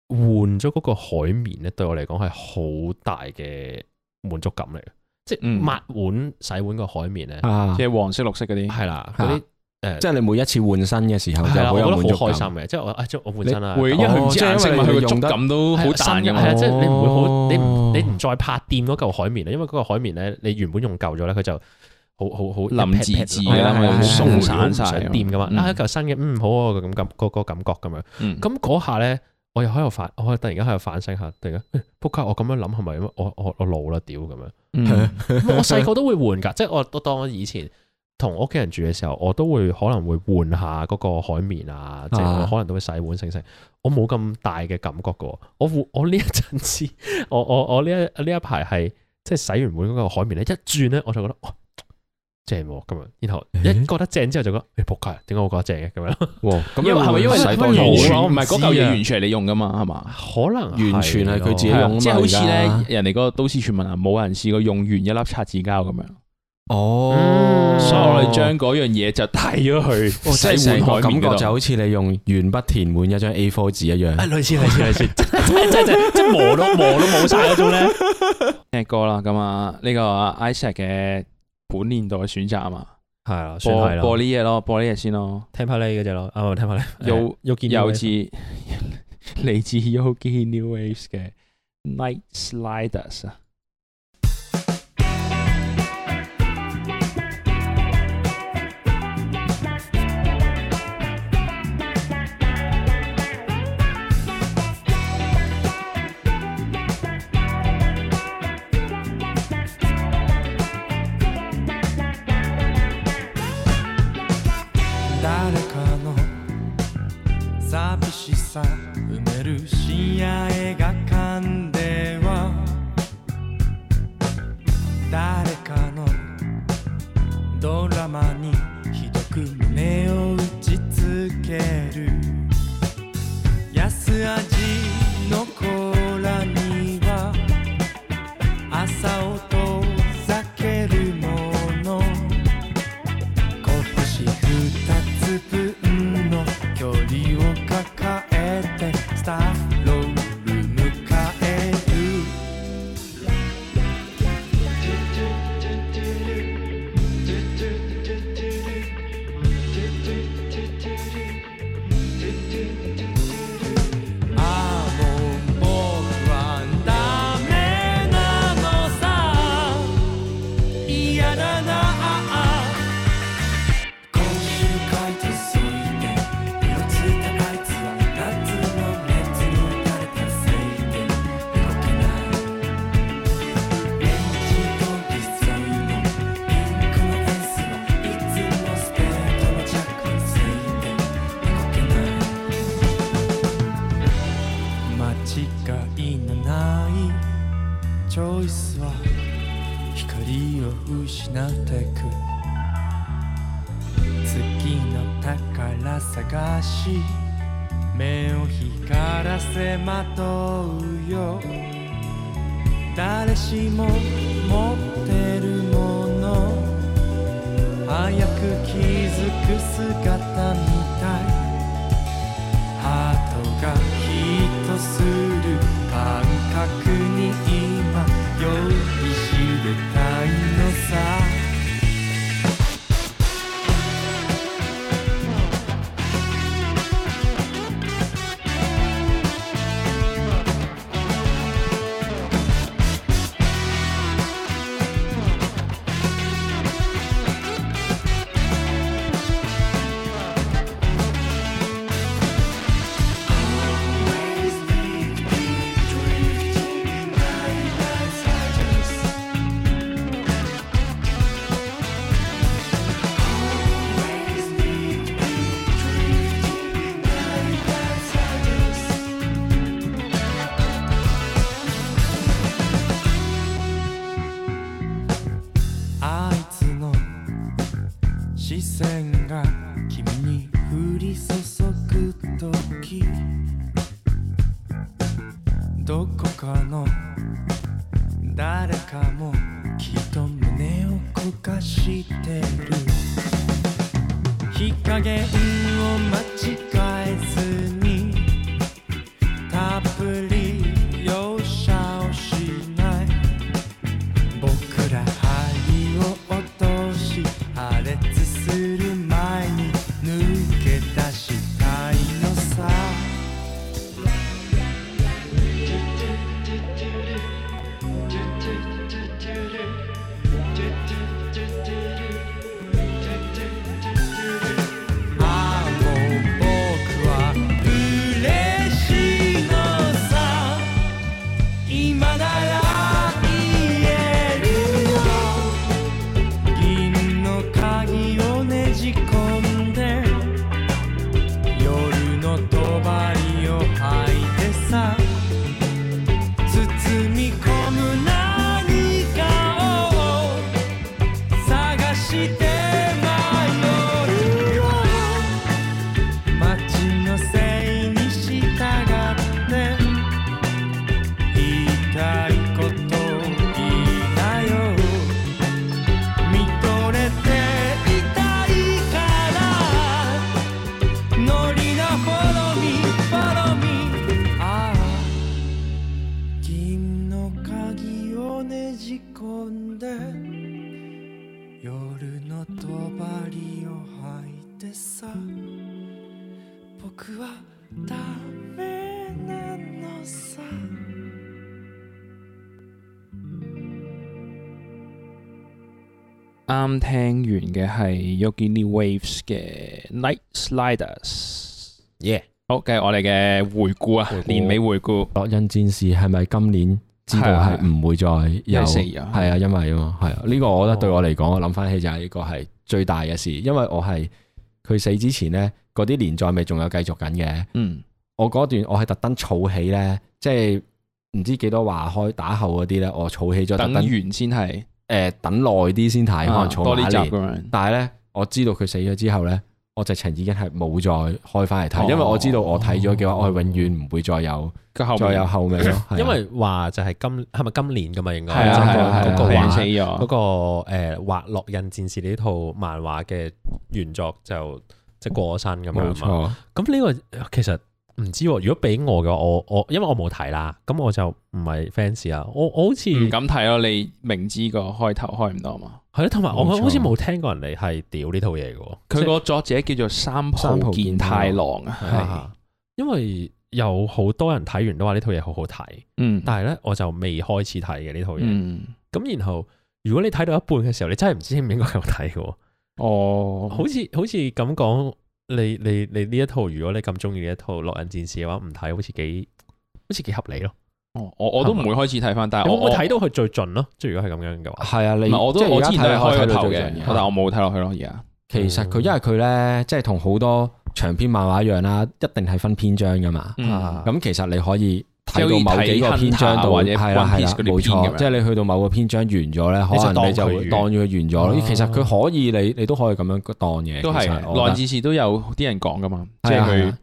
換咗嗰個海綿咧，對我嚟講係好大嘅滿足感嚟嘅，即係嗯抹碗洗碗個海綿咧，啊即係黃色、綠色嗰啲。係啦嗰啲誒，即係你每一次換新嘅時候係就啦，好我覺有得滿足好感開。心嘅，即係我啊，即係我換你身啦，會，因咁為佢唔哦知即係顏色因嘛，為佢個你用觸得感都好彈係㗎啊嘛係。啊，即係你唔會好，哦你唔你唔再拍掂嗰嚿海綿啊啦，因為嗰個海綿咧，你原本用舊咗咧，佢就好好好淋一撇字撇字係啦，係啊咪係啊鬆散晒唔想咁。掂噶嘛，嗯拉一嚿新嘅，嗯好啊，咁感嗰個感覺咁樣。嗯咁嗰下咧，我又喺度反，我突然間喺度反省下，突然間，嗯仆街，我咁樣諗係咪因為我我我老啦屌咁樣？ 嗯我細個都會換㗎，即係我我當我以前同屋企人住嘅時候，我都會可能會換下嗰個海綿啊，即係我可能都會洗碗成成，我冇咁大嘅感覺嘅喎。我換我呢一陣子，我我我呢一呢一排係即係洗完碗嗰個海綿咧，一轉咧我就覺得哇正喎咁樣，然後一覺得正之後就覺得誒仆街，點解我覺得正嘅咁樣？哇咁因為係咪因洗為多洗多完咗全我啊唔唔係嗰嚿知嘢啊完全係你用噶嘛，係嘛？可能完全係佢自己咯用啊嘛啊即係好似而家咧，人哋嗰個都市傳聞啊，冇人試過用完一粒擦紙膠咁樣，哦，所以我哋將嗰樣嘢就帶咗去哦即係洗成碗海個感綿覺嗰就度。好似你用鉛筆填滿一張 A4 紙一樣。啊類似類 似類似，真係真係真係即係磨都磨都冇晒嗰種咧。啊聽歌啦，咁啊，呢個 Isaac 嘅本年度嘅選擇啊嘛，係啊，算播係啦。播呢嘢咯，播呢嘢先咯。聽拍呢嗰只咯，啊唔係聽拍呢，又又見又自 嚟自 Yogi New Waves 嘅 Night Sliders 啊。誰かの寂しさ埋める深夜映画館ではチョイスは光を失ってく月の宝探し目を光らせまとうよ誰しも持ってるもの早く気づく姿みたいハートがヒットする感覚に今酔いしれたいのさあいつの視線が君に降り注ぐときどこかの誰かもきっと胸を焦がしてる日陰を間違えずにたっぷり容赦をしない僕ら針を落とし破裂する前に抜け出したいのさああもう僕は嬉しいのさ今なら言えるよ銀の鍵をねじ込んで夜の帳を履いてさ包み込む何かを探して迷うよ街のせいに従って言いたいこと言いなよ見とれていたいからノリなフォロミフォロミああ銀の鍵をねじ込んで夜の帳を履いてさ僕はダメなのさ啱聽完嘅係 Yogini Waves 嘅 Night Sliders。 Yeah 好，繼續我哋嘅回顧啊回，顧年尾回顧。洛印戰士係咪今年知道係唔會再有？係死係咗啊，因為啊嘛，係啊，呢個我覺得對我嚟講，我諗翻起就係呢個係最大嘅事，因為我係佢死之前呢，嗰啲連載咪仲有繼續緊嘅。嗯，我嗰段我係特登儲起呢，即係唔知幾多話開打後嗰啲呢，我儲起咗特等登誒完先係等耐啲先睇，可啊能多儲啲集下咁年。樣。但係呢，我知道佢死咗之後呢，我直情已經係冇再開翻嚟睇，哦因為我知道我睇咗嘅話，我係永遠唔會再有佢後再面有後尾 咯。係啊因為話就係今係咪今年噶嘛？應該係啊就係係啊係啊嗰個係啊畫死嗰咗。個誒畫《落印戰士》呢套漫畫嘅原作就即係過咗身啊咁冇樣嘛。錯，咁呢個其實唔知喎，如果俾我嘅話，我我因為我冇睇啦，咁我就唔係 fans 啊。我我好似唔敢睇咯，你明知個開頭開唔到嘛？係咯，同埋我冇錯好似冇聽過人哋係屌呢套嘢嘅喎。佢個作者叫做三三浦浦健健太太郎啊，係啊因為有好多人睇完都話呢套嘢好好睇，嗯但係咧我就未開始睇嘅呢套嘢。嗯咁然後如果你睇到一半嘅時候，你真係唔知應唔應該有睇嘅喎。哦， 好似好似咁講，你你你呢一套，如果你咁中意呢一套《落印戰士》嘅話，唔睇好似幾好似幾合理咯。哦我我都唔會開始睇翻，但係有我冇我睇到佢最盡咯？即係如果係咁樣嘅話，係啊，唔你係我都即係我而家之前都睇係落開睇個到頭最嘅，盡但我嗯冇睇落去咯而家。其實佢因為佢咧，即係同好多長篇漫畫一樣啦，一定係分篇章噶嘛。嗯啊咁其實你可以睇到某幾個篇章度，啊或者係啦 One 係 Piece 啦嗰，啲冇篇咁錯，樣即係你去到某個篇章完咗咧，你就可能你就當會佢完當咗佢完咗哦咯。其實佢可以，你你都可以咁樣當嘢。都其係實我覺得《內戰士》都有啲人講噶嘛，即係係啊係佢啊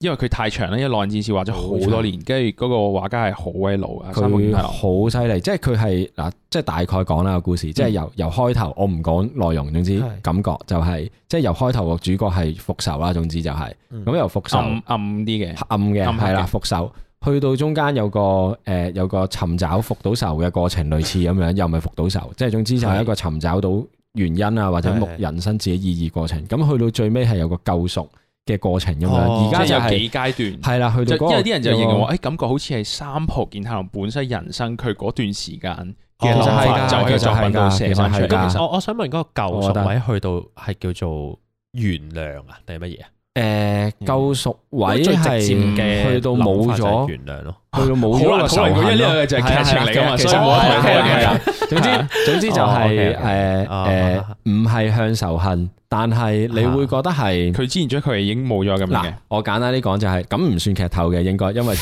因為佢太長咧，因為《內戰士》畫咗好多年，跟住嗰個畫家係好鬼老啊，三木佢元太郎好犀利，即係佢係嗱，即係大概講啦個故事，即係由由開頭我唔講內容，總之係感覺就係即係由開頭個主角係復仇啦，總之就係嗯咁由復仇暗暗啲嘅，暗嘅暗黑嘅係啦復仇，去到中間有個誒有個尋找復到仇嘅過程，類似咁樣，又唔係復到仇，即係總之就係一個尋找到原因啊，或者目係人生自己意義過程。咁去到最尾係有個救贖嘅過程咁樣，哦而家即就係有係幾階段。係啦，去就到嗰個啊因為啲人就認為嗰個話，誒感覺好似係三浦健太郎本身人生佢嗰段時間嘅哦諗法，就其實係㗎喺作品度寫翻出其實係㗎嚟其。啊我我想問嗰個舊我覺得熟位去到係叫做原諒啊，定係乜嘢啊？誒救贖位最直接係嘅去到諗冇法就係咗，去原諒咯。到冇好咗難個討仇論恨佢因為呢咯個就係劇情嚟㗎嘛係啊係啊所以冇得討係論啊嘅係啊總之總之就哦係，OK，OK，誒誒哦唔係向仇恨，但係你會覺得係佢之前咗佢已經冇咗咁樣嗱嘅。，我簡單啲講就係咁唔算劇透嘅，應該 因為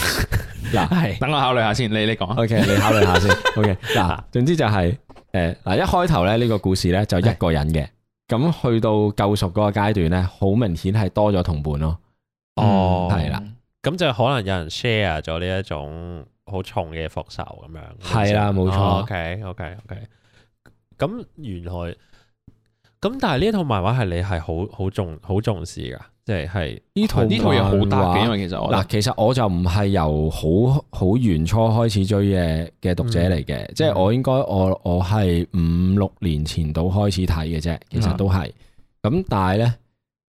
嗱係等我考慮下先，你你講啊。 OK，你考慮下先。OK 嗱，總之就係誒嗱，一開頭咧呢個故事咧就一個人嘅，咁去到救贖嗰個階段咧，好明顯係多咗同伴咯。哦，係啦咁就可能有人 share 咗呢一種好重嘅復仇咁樣。啊係啦冇哦錯哦 OK OK OK。咁原來咁，但係呢一套漫畫係你係好好重好重視噶，即係係呢套哦呢套嘢好搭嘅，漫畫因為其實我嗱，其實我就唔係由好好原初開始追嘅嘅讀者嚟嗯嘅，即係我應該我我係五六年前到開始睇嘅啫，其實嗯都係。咁、但係咧，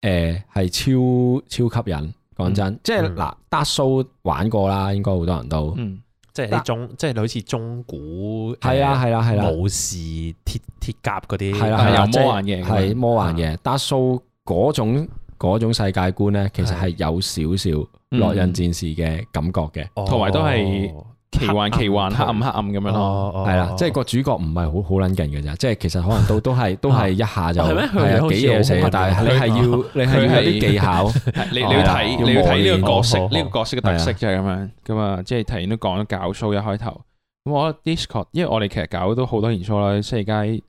誒、係超超吸引，講真，即係嗯嗱 d a r Soul 玩過啦，應該好多人都。嗯即係啲中即係好似中古係啊，係啦，係啦，武士鐵鐵甲嗰啲係啦，啊係係啦，有魔幻嘅啊咁樣係魔幻嘅 d a r Soul 嗰種嗰種世界觀咧，其實係有少少落印戰士嘅感覺嘅。哦同埋都係奇幻奇幻黑暗黑暗咁樣咯。哦，系啦，即係個主角唔係好好撚勁嘅咋，即係其實可能都都 係都係一下就哦係咩佢係好啊似幾嘢死好，但係你係要你係佢要係有啲 技巧，你你哦要睇你要睇呢個角色好好好呢個角色嘅特色就係咁樣咁啊，即係提前都講咗教 show 一開頭。咁我覺得 Discord，因為我哋其實搞都好多年 show 啦，星期街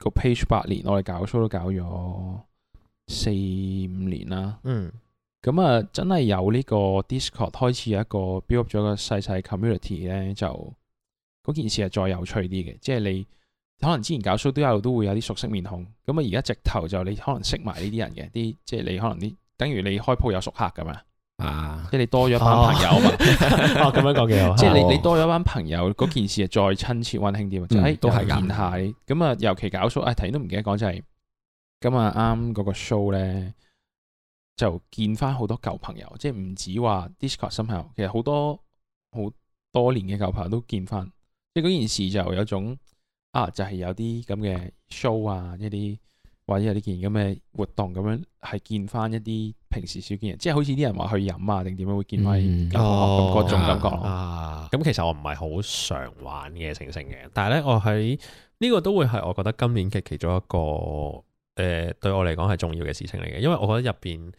個 page 八年，我哋搞 show 都搞咗四五年啦。嗯咁啊，真係有呢個 Discord 開始有一個 build up 咗個細細 community 咧，就嗰件事係再有趣啲嘅，即係你可能之前搞 show 都有都會有啲熟悉面孔，咁啊而家直頭就你可能識埋呢啲人嘅，啲即係你可能啲等於你開鋪有熟客咁啊，啊即係你多咗一班朋友啊嘛，哦咁樣講幾好，即係哦你你多咗一班朋友，嗰件事係再親切温馨啲啊，就嗯係都係㗎見下你咁啊，尤其搞 show，啊頭先都唔記得講就係咁啊，啱嗰個 show 咧就見翻好多舊朋友，即係唔止話 Discord 深朋友，其實好多好多年嘅舊朋友都見翻，即係嗰件事就有種啊，就係、有啲咁嘅 show 啊，一啲或者有啲件咁嘅活動咁樣，係見翻一啲平時少見人，即係好似啲人話去飲啊定點樣會見翻嗯舊同學咁嗰種感覺咯。啊，咁其實我唔係好常玩嘅星星嘅，但係咧我喺呢、個都會係我覺得今年嘅其中一個誒、呃、對我嚟講係重要嘅事情嚟嘅，因為呃我覺得入邊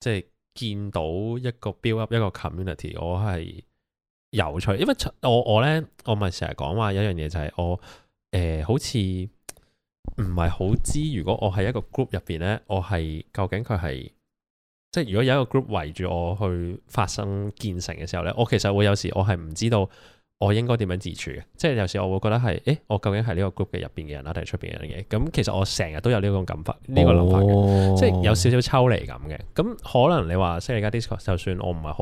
即係見到一個 build up 一個 community，我係有趣，因為出我我咧我咪成日講話有一樣嘢就係我誒、呃好似唔係好知，如果我喺一個 group 入邊咧，我係究竟佢係。即係如果有一個 group 圍住我去發生建成嘅時候咧，我其實會有時我係唔知道我應該點樣自處嘅。即係有時我會覺得係，誒，我究竟係呢個 group 嘅入邊嘅人啦，定係出邊嘅人嘅？咁其實我成日都有呢種感法，呢個諗法嘅，嘅即係有少少抽離咁嘅。咁可能你話即係而家 Discord，就算我唔係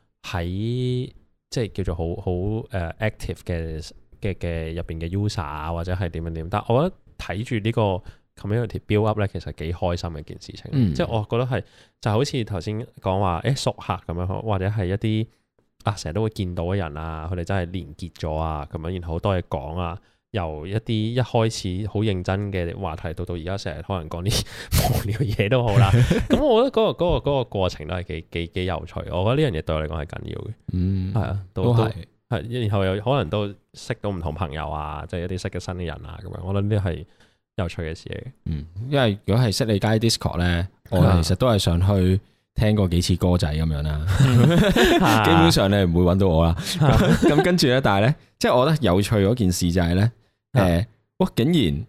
好喺即係叫做好好誒 active 嘅嘅嘅入邊嘅 user 啊，或者係點樣點，但係我覺得睇住呢個。community build up 咧，其實幾開心嘅一件事情。嗯即係我覺得係就好似頭先講話，誒熟客咁樣，或者係一啲啊成日都會見到嘅人啊，佢哋真係連結咗啊，咁樣然後好多嘢講啊。由一啲一開始好認真嘅話題，到到而家成日可能講啲 無聊嘢都 好啦。咁我覺得嗰、個嗰、個嗰、個過程都係幾幾幾有趣。我覺得呢樣嘢對我嚟講係緊要嘅，嗯係啊，都都都係係，然後又可能都識到唔同朋友啊，即係一啲識嘅新嘅人啊，咁樣。我覺得呢係有趣嘅事嚟嘅。嗯，因為如果係悉利街 Discord 咧，我其實都係想去聽過幾次歌仔咁樣啦。基本上你係唔會揾到我啦。咁咁跟住咧，但係咧，即係我覺得有趣嗰件事就係咧，誒，哇！竟然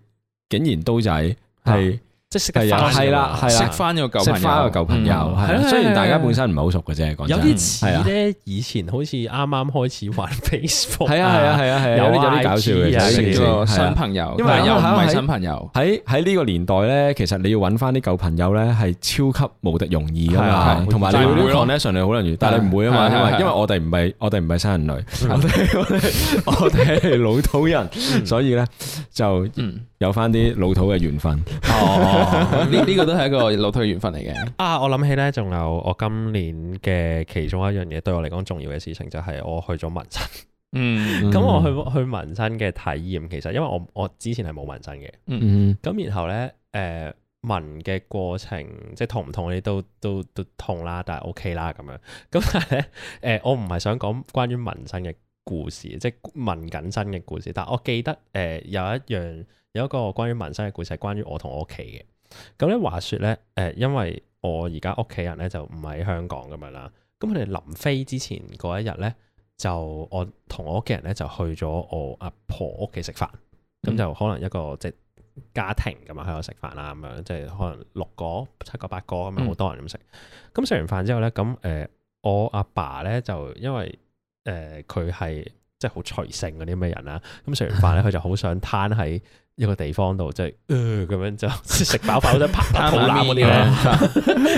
竟然刀仔係即係識係得有翻係啦係啦識翻個舊識朋翻友，個舊朋友，嗯係啦係啦雖然係啦大家係啦本身唔係好熟嘅啫，講有真啲似係啊咧，以前好似啱啱開始玩 Facebook，係啊係啊係啊係啊，有啲有有啲搞笑 IG 啊嘅，識識係啊咗新朋友，因為但係又唔喺係喺新朋友，喺喺呢個年代咧，其實你要揾翻啲舊朋友咧，係超級無敵容易噶係啊嘛，同埋你但係唔嗰會啲咯 connection 你好容易，但係你唔會啊嘛，係啊因係啊為因為我哋唔係我哋唔係新人類， 我哋我哋我哋係老土人，所以咧就嗯，有翻啲老土嘅緣分。哦，呢呢個都係一個老退緣分嚟嘅，啊！我諗起咧，仲有我今年嘅其中一樣嘢對我嚟講重要嘅事情，就係我去咗紋身。嗯咁我去去紋身嘅體驗，其實因為我我之前係冇紋身嘅，嗯咁然後咧誒紋嘅過程，即係痛唔痛你都都都痛啦，但係 OK 啦咁樣。 咁但係咧誒，我唔係想講關於紋身嘅故事，即係紋緊身嘅故事。但係我記得誒、呃有一樣有一個關於紋身嘅故事係關於我同我屋企嘅。咁咧話說咧誒、呃因為我而家屋企人咧就唔喺香港咁樣啦，咁佢哋臨飛之前嗰一日咧。就我同我屋企人咧就去咗我阿婆屋企食飯，咁嗯就可能一個即係家庭咁啊喺度食飯啦，咁樣即係可能六個、七個、八個咁樣，嗯好多人咁食。咁食完飯之後咧，咁誒、呃我阿爸咧就因為誒佢係即係好隨性嗰啲咩人啦，咁食完飯咧佢就好想攤喺一個地方度，即係呃咁樣就食飽飽想拍拍肚腩嗰啲咧。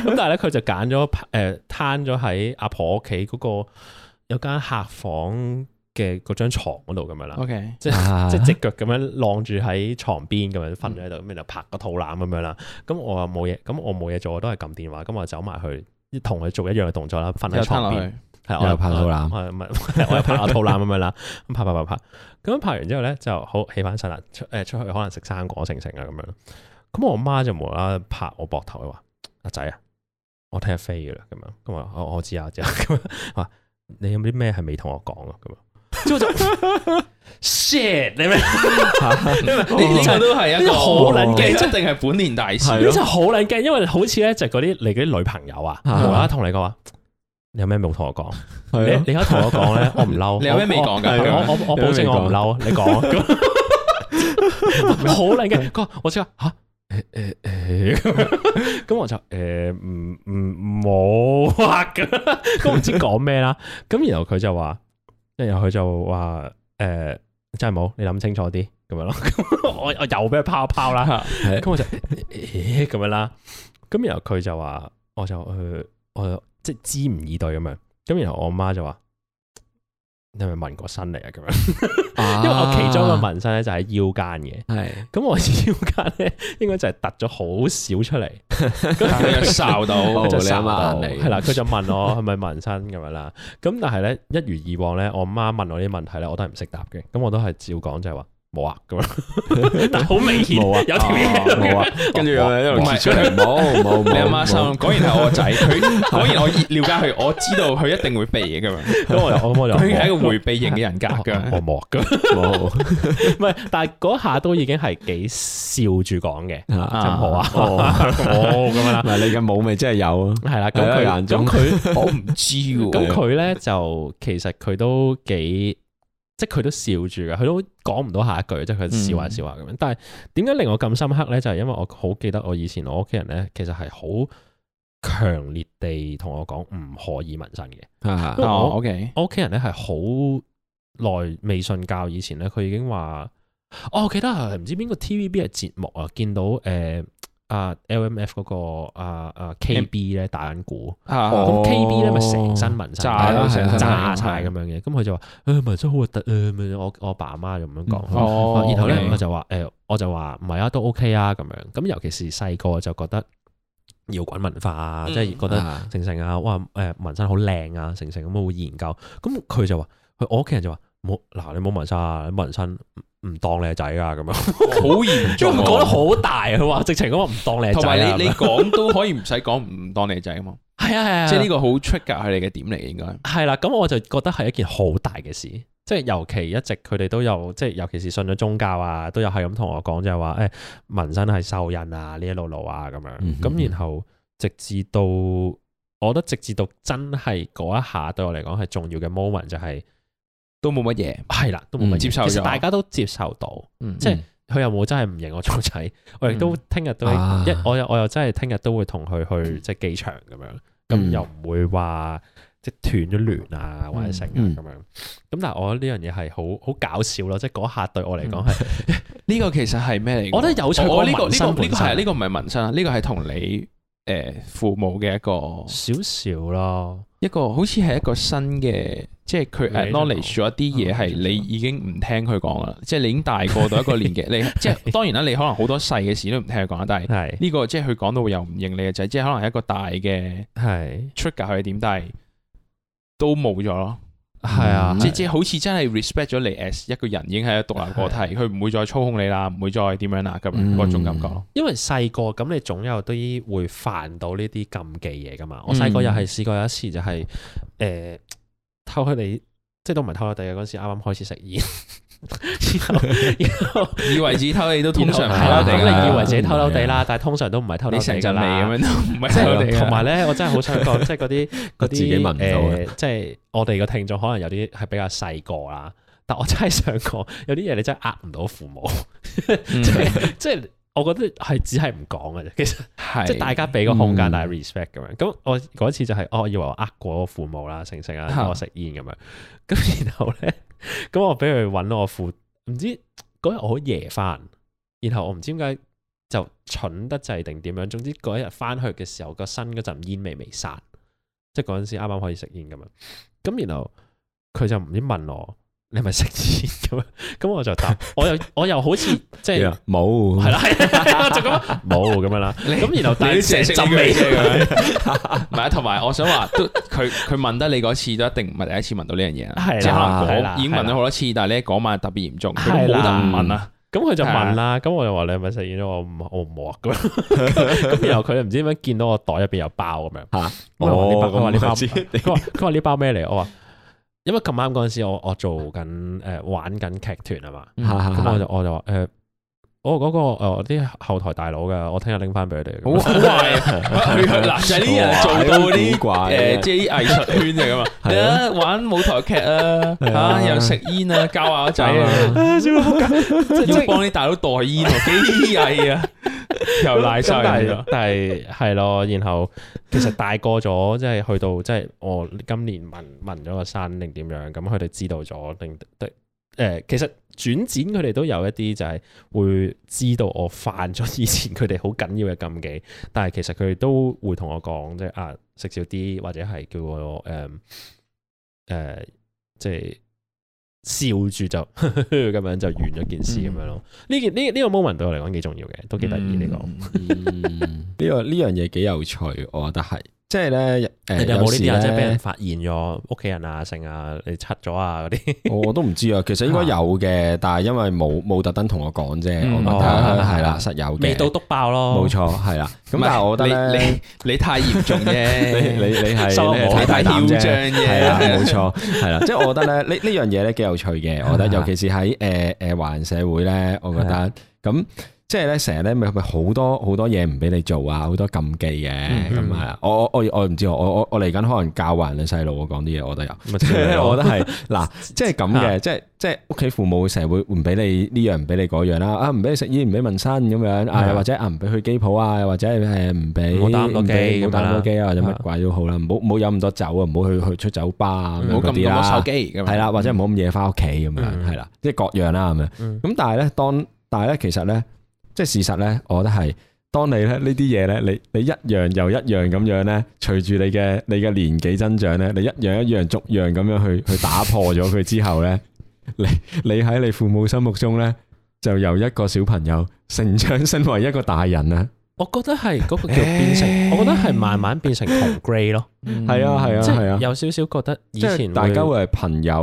咁但係咧，佢就揀咗誒攤咗喺阿婆屋企嗰個有間客房嘅嗰張床嗰度咁樣啦， ，OK，即啊係即係直腳咁樣晾住喺床邊咁樣瞓咗喺度，咁然後拍個肚腩咁樣啦。咁我又冇嘢，咁我冇嘢做，我都係撳電話，咁我就走埋去同佢做一樣嘅動作啦，瞓又攤喺床落邊。去，係我又拍肚腩係唔係 我又拍下肚腩咁樣啦，咁拍拍拍拍，咁樣拍完之後咧就好起翻身啦，出誒出去可能食生果成成啊咁樣，咁我媽就無啦啦拍我膊頭，佢話阿仔啊，我聽日飛嘅啦咁樣，咁我話我我知啊我知啊，咁樣話你有冇啲咩係未同我講啊咁樣，之後就 shit 你明？呢呢個都係一個呢個好撚嘅，勁一定係本年大事呢就好撚驚，因為好似咧就嗰啲你嗰啲女朋友啊，無啊啦啦同你講話，你有咩冇同我講？係啊你咯你而家同我講咧，我唔嬲。你有咩未講㗎我我啊我我保證我唔嬲，啊你講。 嗯咁好靚嘅，佢話我即刻吓。誒誒誒咁樣咁我就誒唔唔冇啊咁，咁唔知講咩啦。咁然後佢就話，然後佢就話誒真係冇，你諗清楚啲咁樣咯。咁我我又俾佢拋一拋啦。 咁我就欸欸咁樣啦。咁然後佢就話，我就誒，我就即係知唔以對咁樣。咁然後我媽就話：你係咪紋過身嚟啊？咁樣，因為我其中一個紋身咧就喺腰間嘅。係咁我腰間咧應該就係突咗好少出嚟。但係又哨到，哦就你阿殺媽我眼嚟 係啦，佢就問我係咪紋身咁樣啦。咁但係咧，一如以往咧，我媽問我呢啲問題咧，我都係唔識答嘅。咁我都係照講就係話冇啊咁樣，但係好明顯冇啊有條嘢喺度冇啊，跟住又一路揭出嚟，冇冇冇，你阿媽心冇諗，果然係我仔， 佢果然我了解佢，我知道佢一定會避嘅咁樣， 咁我就我我就佢係一冇個迴避型嘅人格我㗎， 我冇啊咁樣冇 唔係，但係嗰下都已經係幾笑住講嘅，啊真好啊，哦哦咁樣啦，嗱，你嘅冇咪真係有啊？係啦，咁係啊佢眼咁中佢我唔知喎咁佢咧就其實佢都幾，即係佢都笑住嘅，佢都講唔到下一句，即係佢笑下笑下咁樣。但係點解令我咁深刻咧？就係、因為我好記得我以前我屋企人咧，其實係好強烈地同我講唔可以紋身嘅。啊我哦，OK，我屋企人咧係好耐未信教以前咧，佢已經話，哦我記得係唔知邊個 TVB 嘅節目啊，見到誒啊 LMF 嗰個啊啊 KB 咧打緊鼓，啊哦咁 KB 咧咪成身紋身，炸啦成係啦啊炸晒咁樣嘅，咁佢就話誒紋身好核突啊，咁樣我我爸媽就咁樣講。哦，然後咧 OK 我就話誒，我就話唔係啊，都 OK 啊咁樣。咁尤其是細個就覺得搖滾文化啊，即係覺得啊成成啊，哇誒紋身好靚啊，成成咁會研究。咁佢就話，佢我屋企人就話冇嗱，你冇紋身啊，你紋身唔唔當你係仔啊咁樣。好嚴 因重喎，為佢講得好大，佢話直情咁話唔當你係同仔啊埋你你咁樣講都可以唔使講唔當你係仔啊 嘛，係啊係啊，即係呢個個好 trigger 佢哋嘅點嚟嘅應該。係啦。咁我就覺得係一件好大嘅事。即係尤其一直佢哋都有，即係尤其是信咗宗教啊，都有係咁同我講就係話，誒紋身係受印啊，呢一路路啊咁樣。嗯哼咁然後直至到我我覺得直至到真係嗰一下對我嚟講係重要嘅 moment 就係都冇乜嘢，係啦，都冇乜嘢嗯接受咗其實大家都接受到，嗯即係佢又冇真係唔認我 做仔，我亦都聽日都啊一我又我又真係聽日都會同佢去即係機場咁樣，咁嗯又唔會話即係斷咗聯啊或者成啊嗯咁樣。咁但係我覺得呢樣嘢係好好搞笑咯，即係嗰下對我嚟講係， 呢個其實係咩嚟㗎？我覺得有趣過我呢個呢個紋身呢個本身係呢個唔係紋身啊，呢個係同你誒父母嘅一個少少咯，一個好似係一個新嘅，即係佢 acknowledge 咗一啲嘢係你已經唔聽佢講啦，即係你已經大個到一個年紀， 你即係當然啦，你可能好多細嘅事都唔聽佢講啦，但係係呢個即係佢講到又唔認你嘅仔，即係可能係一個大嘅係 trigger 佢點，但係都冇咗咯。係啊，即即係好似真係 respect 咗你 as 一個人，已經係一個獨立個體，佢唔會再操控你啦，唔會再點樣啦咁樣嗯嗰種感覺咯。因為細個咁，你總有啲會犯到呢啲禁忌嘢噶嘛。我細個嗯又係試過有一次就係、呃偷佢哋，即係都唔係偷佢哋嘅嗰陣時，啱啱開始食 煙，然後然後以為自己偷你都通常然後係啦，偷偷地㗎咁啦你以為自己偷偷地 啦，但係通常都唔係偷偷啊你地成㗎陣味啦咁。樣 都唔係即偷你係㗎同埋咧，我真係好想講，即係 嗰啲嗰啲自己聞唔到啊誒即係我哋個聽眾可能有啲係比較細個啦，但我真係想講，有啲嘢你真係呃唔到父母， 嗯即係即係我覺得係只係唔講嘅啫，其實。係即係大家俾個空間，嗯大家 respect 咁樣。咁我嗰次就係、哦我以為我呃過我父母啦，成成啊，嚇我食煙咁樣。咁 然後咧，咁我俾佢揾我父，唔知嗰日我好夜翻，然後我唔知點解就蠢得滯定點樣。總之嗰一日翻去嘅時候，個身嗰陣煙味未散，即係嗰陣時啱啱可以食煙咁樣。咁然後佢就唔知問我。你係咪食煙咁樣？咁我就答，我又我又好似即 係冇，係啦，係啦就咁樣冇咁樣啦。咁然後但你係成陣浸味 啫咁樣，唔係啊同埋我想話都佢佢問得你嗰次都一定唔係第一次問到呢樣嘢啦，係啦即係可係能啦嗰已經問咗好多次，但係呢嗰晚特別嚴重，佢係都啦冇得唔 問啦，咁佢就問啦，咁我就話你係咪食煙咗？我唔我唔惡咁樣。咁然後佢唔知點樣見到我袋入邊有包咁樣，吓，我話呢包我話呢包我知佢話佢話呢包咩嚟？我話因為咁啱嗰陣時我我做緊誒玩緊劇團啊嘛， 嚇嚇咁我就我就話誒。我嗰個誒啲後台大佬㗎，我聽日拎翻俾佢哋。好好壞啊！ 佢佢嗱就係呢啲人做到嗰啲 Dạ. 誒，即係啲藝術圈嚟噶嘛，你係啊啊玩舞台劇啊，係啊嚇又食煙啊，教下仔 à. 啊，啊，小要幫啲大佬代煙喎，幾曳啊！又賴咁晒但人係啦，但係係咯，然後其實大個咗，即係去到即係我今年紋紋咗個山定點樣，咁佢哋知道咗定得誒，其實轉展佢哋都有一啲就係會知道我犯咗以前佢哋好緊要嘅禁忌，但係其實佢哋都會同我講，即係啊食少啲，或者係叫我誒誒、呃即係。笑住就 咁樣就完咗件事咁嗯樣咯，呢件呢呢個 moment 對我嚟講幾重要嘅，都幾得意呢個。呢個呢樣嘢幾有趣，我覺得係，即係咧，誒你哋有冇呢啲啊？時即係俾咧人發現咗屋企人啊、剩啊、你拆咗啊嗰啲，我我都唔知啊，其實應該有嘅，但係因為冇冇特登同我講啫，嗯我覺哦得係啦，實有嘅，味道篤爆咯。冇錯，係啦。咁唔係但係我覺得咧，你你太嚴 重你啫，你你係收你係我太大膽太囂張啫，啫係啦，冇錯，係啦。即係我覺得咧，呢呢樣嘢咧幾有趣嘅，我覺得，尤其是喺誒誒華人社會咧，我覺得咁。即係咧，成日咧咪咪好多好多嘢唔俾你做啊，好多禁忌嘅咁啊！我我我我唔知，我我我嚟緊可能教壞人嘅細路，我講啲嘢我都有。咪即就係係 咯我覺得係嗱，即係咁啊嘅，即係即係屋企父母成日會唔俾你呢樣，唔俾你嗰樣啦，啊唔俾你食煙，唔俾紋身咁樣，啊係又或者啊唔俾去機鋪啊，又或者誒唔俾唔好打咁多唔俾機唔好打咁多機啊，或者咁樣乜啦鬼都好啦，唔好唔好飲咁多酒啊，唔好去去出酒吧啊，唔好嗰咁啲多啦手，機咁樣，係啦，或者唔好咁夜翻屋企咁嗯樣，係啦，即係各樣啦咁樣。嗯咁但係咧，當但係咧，其實咧，即係事實咧，我覺得係。當你咧呢啲嘢咧，你你一樣又一樣咁樣咧，隨住你嘅你嘅年紀增長咧，你一樣一樣逐樣咁樣去去打破咗佢之後咧， 你你喺你父母心目中咧，就由一個小朋友成長身為一個大人啦。我覺得係嗰個叫變成，我覺得係慢慢變成同 grade 咯，係啊係啊即係係啊，有少少覺得以即前係大家會係朋友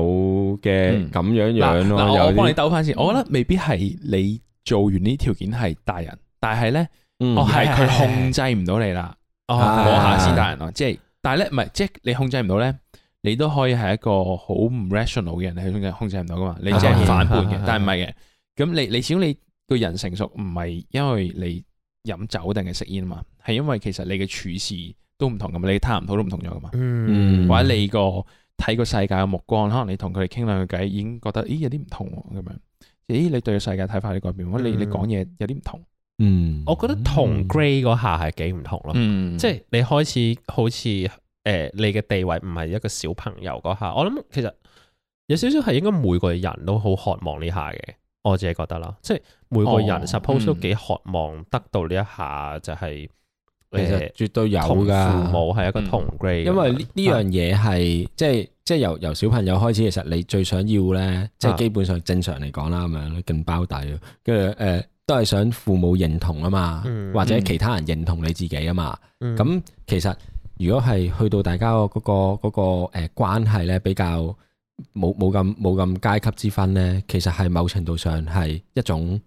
嘅嗯咁樣嗱樣咯。嗱我我有幫你啲兜翻先，我覺得未必係你做完呢條件係大人，但係咧，嗯我係係係佢控制唔到你啦，哦啊嗰下先得大人咯。即係，但係咧，唔係即係你控制唔到咧，你都可以係一個好唔 rational 嘅人，你控制控制唔到噶嘛，你只係反叛啊嘅啊，但係唔係嘅。咁你你始終你個人成熟唔係因為你飲酒定係食煙啊嘛，係因為其實你嘅處事都唔同噶嘛，你探唔到都唔同咗噶嘛，嗯或者你個睇個世界嘅目光，可能你同佢哋傾兩句偈已經覺得咦有啲唔同喎咁樣，咦你對個世界睇法有啲改變，或者你你嗯講嘢有啲唔同，嗯，我覺得同 Grey 嗰下係幾唔同咯，嗯即係你開始好似誒、呃你嘅地位唔係一個小朋友嗰下，我諗其實有少少係應該每個人都好渴望呢下嘅，我自己覺得啦，即係每個哦人 suppose 都嗯幾渴望得到呢一下就係、其實誒絕對有同㗎。嗯父母係一個同 Grey，因為呢呢樣嘢係即係即係由由小朋友開始，其實你最想要咧，即啊係基本上正常嚟講啦，咁樣勁包底啊，跟住誒都係想父母認同啊嘛，嗯或者嗯其他人認同你自己啊嘛。樣咁、其實如果係去到大家嗰、個嗰、個誒、呃、關係咧，比較冇冇咁冇咁階級之分咧，其實係某程度上係一種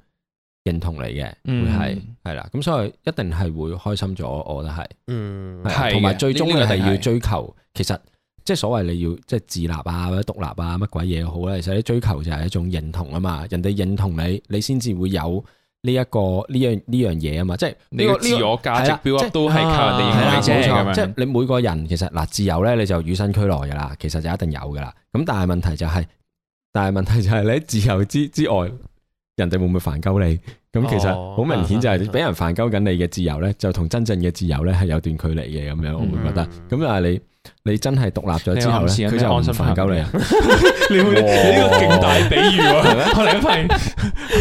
認同嚟嘅，嗯會係係啦。咁所以一定係會開心咗，我覺得係。嗯係係同埋嘅最終呢你呢個係係要係追求，其實即係所謂你要即係自立啊或者獨立啊乜鬼嘢都好啦，其實你追求就係一種認同啊嘛，人哋認同你，你先至會有呢、一個呢樣呢樣嘢啊嘛，即係呢你個個自呢個。我價係值啦 build 即 up 係都係靠人哋係認啦，為冇啫錯，咁即樣係。你每個人其實嗱自由咧，你就與生俱來噶啦，其實就一定有噶啦。咁但係問題就係、但係問題就係你喺自由之之外，人哋會唔會煩鳩你？咁其實哦好明顯就啊啊係啊俾人煩鳩緊你嘅自由咧，就同真正嘅自由咧係有段距離嘅咁樣，我啊會覺得。咁嗯但係你你真係獨立咗之後你有暗咧，示緊佢咩就唔安心煩鳩你啊。你會你呢個勁大比喻喎，我哋係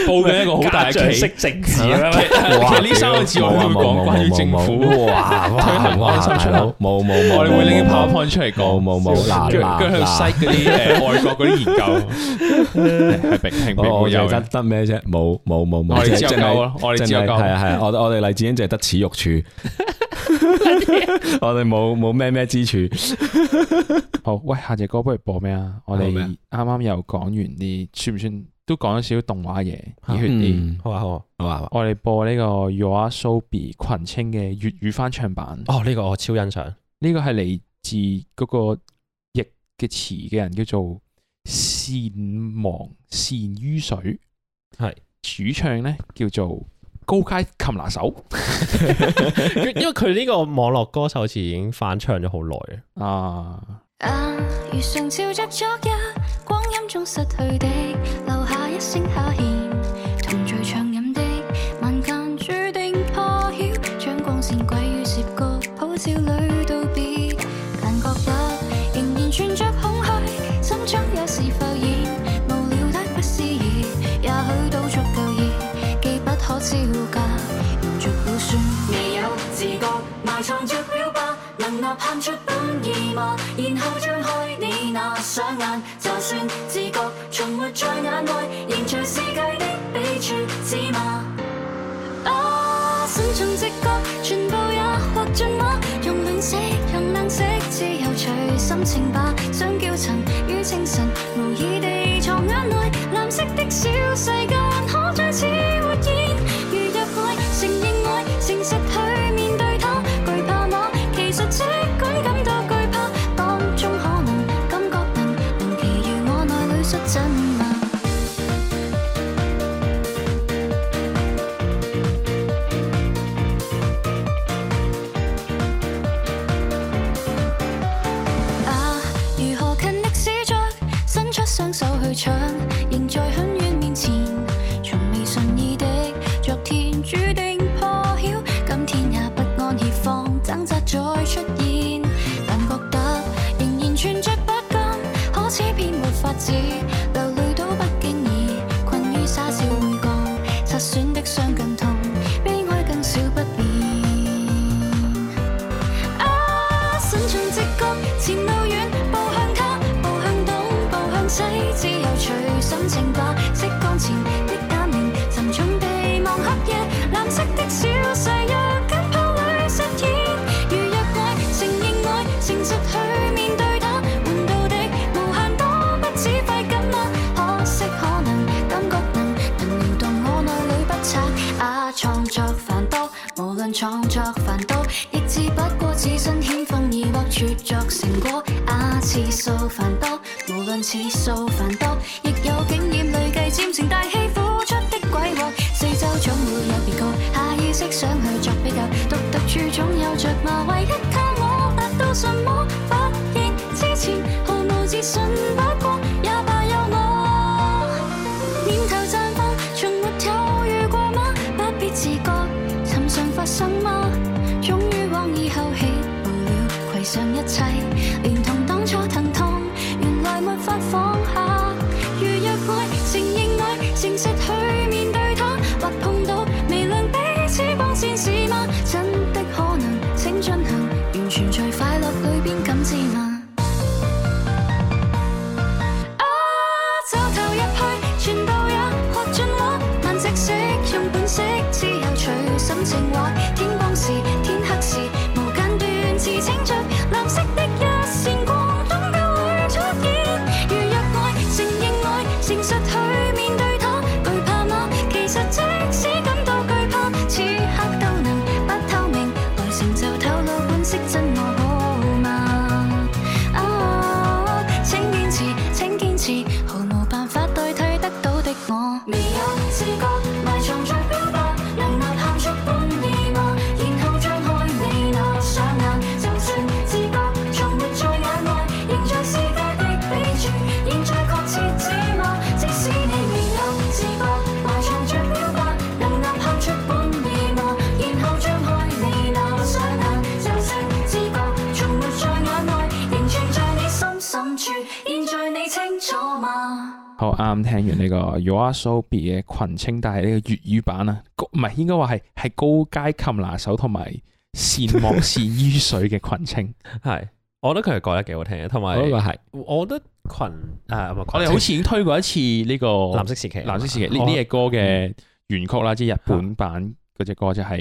報緊一個好大嘅識棋。政 治啦，其實呢三個字我哋會講關於政府，啊哇哇哇，大佬冇冇冇，我哋會拎啲冇 PowerPoint 出嚟講，冇冇冇嗱跟嗱跟住去嗱 cite 嗰啲誒外國嗰啲研究，係平平平哦我會我有就得嘅。得咩啫？冇冇冇冇，我哋即只係淨有係夠咯，我哋只有係係夠。啊係啊，我我哋黎智英淨係得恥辱 處，我哋冇冇咩咩之處。 好，喂，下隻歌不如播咩啊？我播哋咩啊啱啱又講完啲，算唔算都講咗少少動畫嘢，熱血啲。嗯，好啊好啊，好啊，好啊我哋播呢個 YOASOBI 群青嘅粵語翻唱版。哦呢個我超欣賞，呢個係嚟自嗰個譯嘅詞嘅人叫做善忘善於水，係主唱咧叫做高階擒拿手因為佢呢個網絡歌手好似已經翻唱咗好耐啦。啊，啊！如常照着昨日，光陰中失去的，留下一聲下獻，同醉暢飲的，晚間注定破曉，將光線歸於涉角，普照裏道別，但覺得仍然存着空虛，心中有時浮現，無聊得不思議，也許都足夠熱，既不可招架。逐了算，未有自覺埋藏着表白，能吶喊出本意嗎？然後張開你那雙眼，就算自覺從沒在眼內，凝聚世界的彼處是嗎？啊，心中直覺全部也獲進嗎？用暖色，用冷色，自由隨心情吧。想叫塵與清晨，無意地藏眼內，藍色的小世界還可再次活現。如若愛，承認愛，誠實去面對它，懼怕嗎？其實即管感到懼怕，當中可能感覺能能奇遇我內裏率真嗎？啊！如何勤力試着伸出雙手去搶，仍在很遠面前，從未順意的，昨天注定破曉，今天也不安怯慌，掙扎再出現，但覺得仍然存着不甘，可此偏沒法子，流淚都不經意，困於沙笑會降，擦損的傷更痛，悲哀更少不變。啊！伸進直覺，前路遠，步向他，步向東，步向西，自由隨心情吧。色光前的假面，沉重地望黑夜，藍色的小誓約，緊抱裏實現。如若愛，承認愛，誠實去面對它，換到的無限多，不止費緊嗎？可惜可能感覺能能撩動我內裏不測啊！創作繁多，無論創作繁多，亦只不過只身顯放而或撮作成果啊！次數繁多，無論次數繁多，亦有經驗累計漸成大器苦出的鬼鑊，四周總會有別個下意識想去作比較，獨特處總有着麻為一靠我。有什麼發現之前，毫無自信不過也罷有我。念頭綻放，從沒有遇過嗎？不必自覺，尋常發生嗎？終於往以後起無了，攜上一切，連同當初疼痛，原來沒法放下。如若愛，承認愛，誠實去面對它，或碰到微亮彼此光線是嗎？真的可能，請進行，完全在快樂裏邊感知嗎？啊！走投入去，全部也學盡我，慢直式用本色，自由隨心情畫。天光時，天黑時，無間斷是清著藍色的一線光，終究會出現。如若愛，承認愛，誠實去面對它，懼怕嗎？其實即使感到懼怕，此刻都能不透明，來成就透露本色真我好嗎？啊，請堅持，請堅持，毫無辦法代替得到的我。未有自覺埋藏着標靶，能吶喊出本意嗎？然後張開你那雙眼，就算自覺從沒在眼內，仍像世界的彼處，現在確切指嗎？即使你未有自覺埋藏着標靶，能吶喊出本意嗎？然後張開你那雙眼，就算自覺從沒在眼內，仍存在你心深處，現在你清楚嗎？好啱聽完呢個 You Are So Be 嘅群青，但係呢個粵語版啊，高唔係應該話係係高階擒拿手同埋善 莫善於水嘅群青。係，我覺得佢係改得幾好聽嘅，同埋嗰個係我覺得群誒唔係我哋好似已經推過一次呢個藍色時期，哦藍色時期呢呢只歌嘅原曲啦，即係日本版嗰只歌就係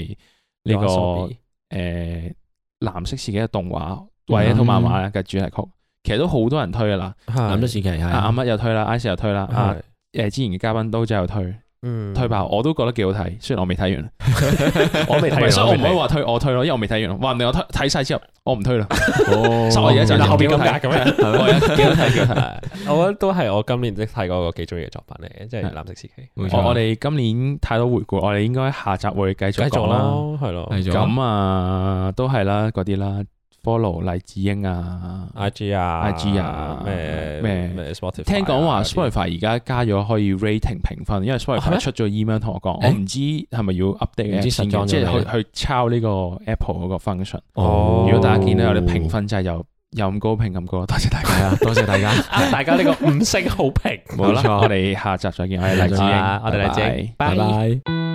呢個 You Are So Be 誒藍色時期嘅動畫或者一套漫畫嘅主題曲，其實都好多人推噶啦。藍藍色時期係啊阿乜又推啦，Ice 又推啦，啊係誒之前嘅嘉賓都真係有推。嗯推爆，我都覺得幾好睇，雖然我未睇完， 啊我未睇完唔係啊所以我我唔未可以睇話推，我推咯，因為我未睇完，話唔定我推睇晒之後，我唔推啊啦，哦所以我而家就原來後邊咁睇㗎咁樣我而家幾好睇，幾好睇。係 我覺得都係我今年即睇過個幾中意嘅作品嚟嘅，即係係藍色時期。冇錯我我哋今年太多回顧，我哋應該下集會繼繼續續講啦。咯，係咯繼續咁啊，都係啦，嗰啲啦，follow 黎智英啊。 ，I G 啊 IG 啊咩咩咩 Spotify，聽講話啊 Spotify 而家加咗可以 rating 評分，因為係咩 Spotify 出咗 email 同我講，我唔知係咪要 update 唔知 app 先實裝咗嘅即係未去去抄呢個 Apple 嗰個 function。哦如果大家見到有啲評分，真係有有咁高評咁高，多謝大係家啊，。多謝大家，啊 大家呢個五星好評。好冇啦，錯我哋下集再見，我哋黎智英啊，我哋黎智 英拜拜拜拜拜。 「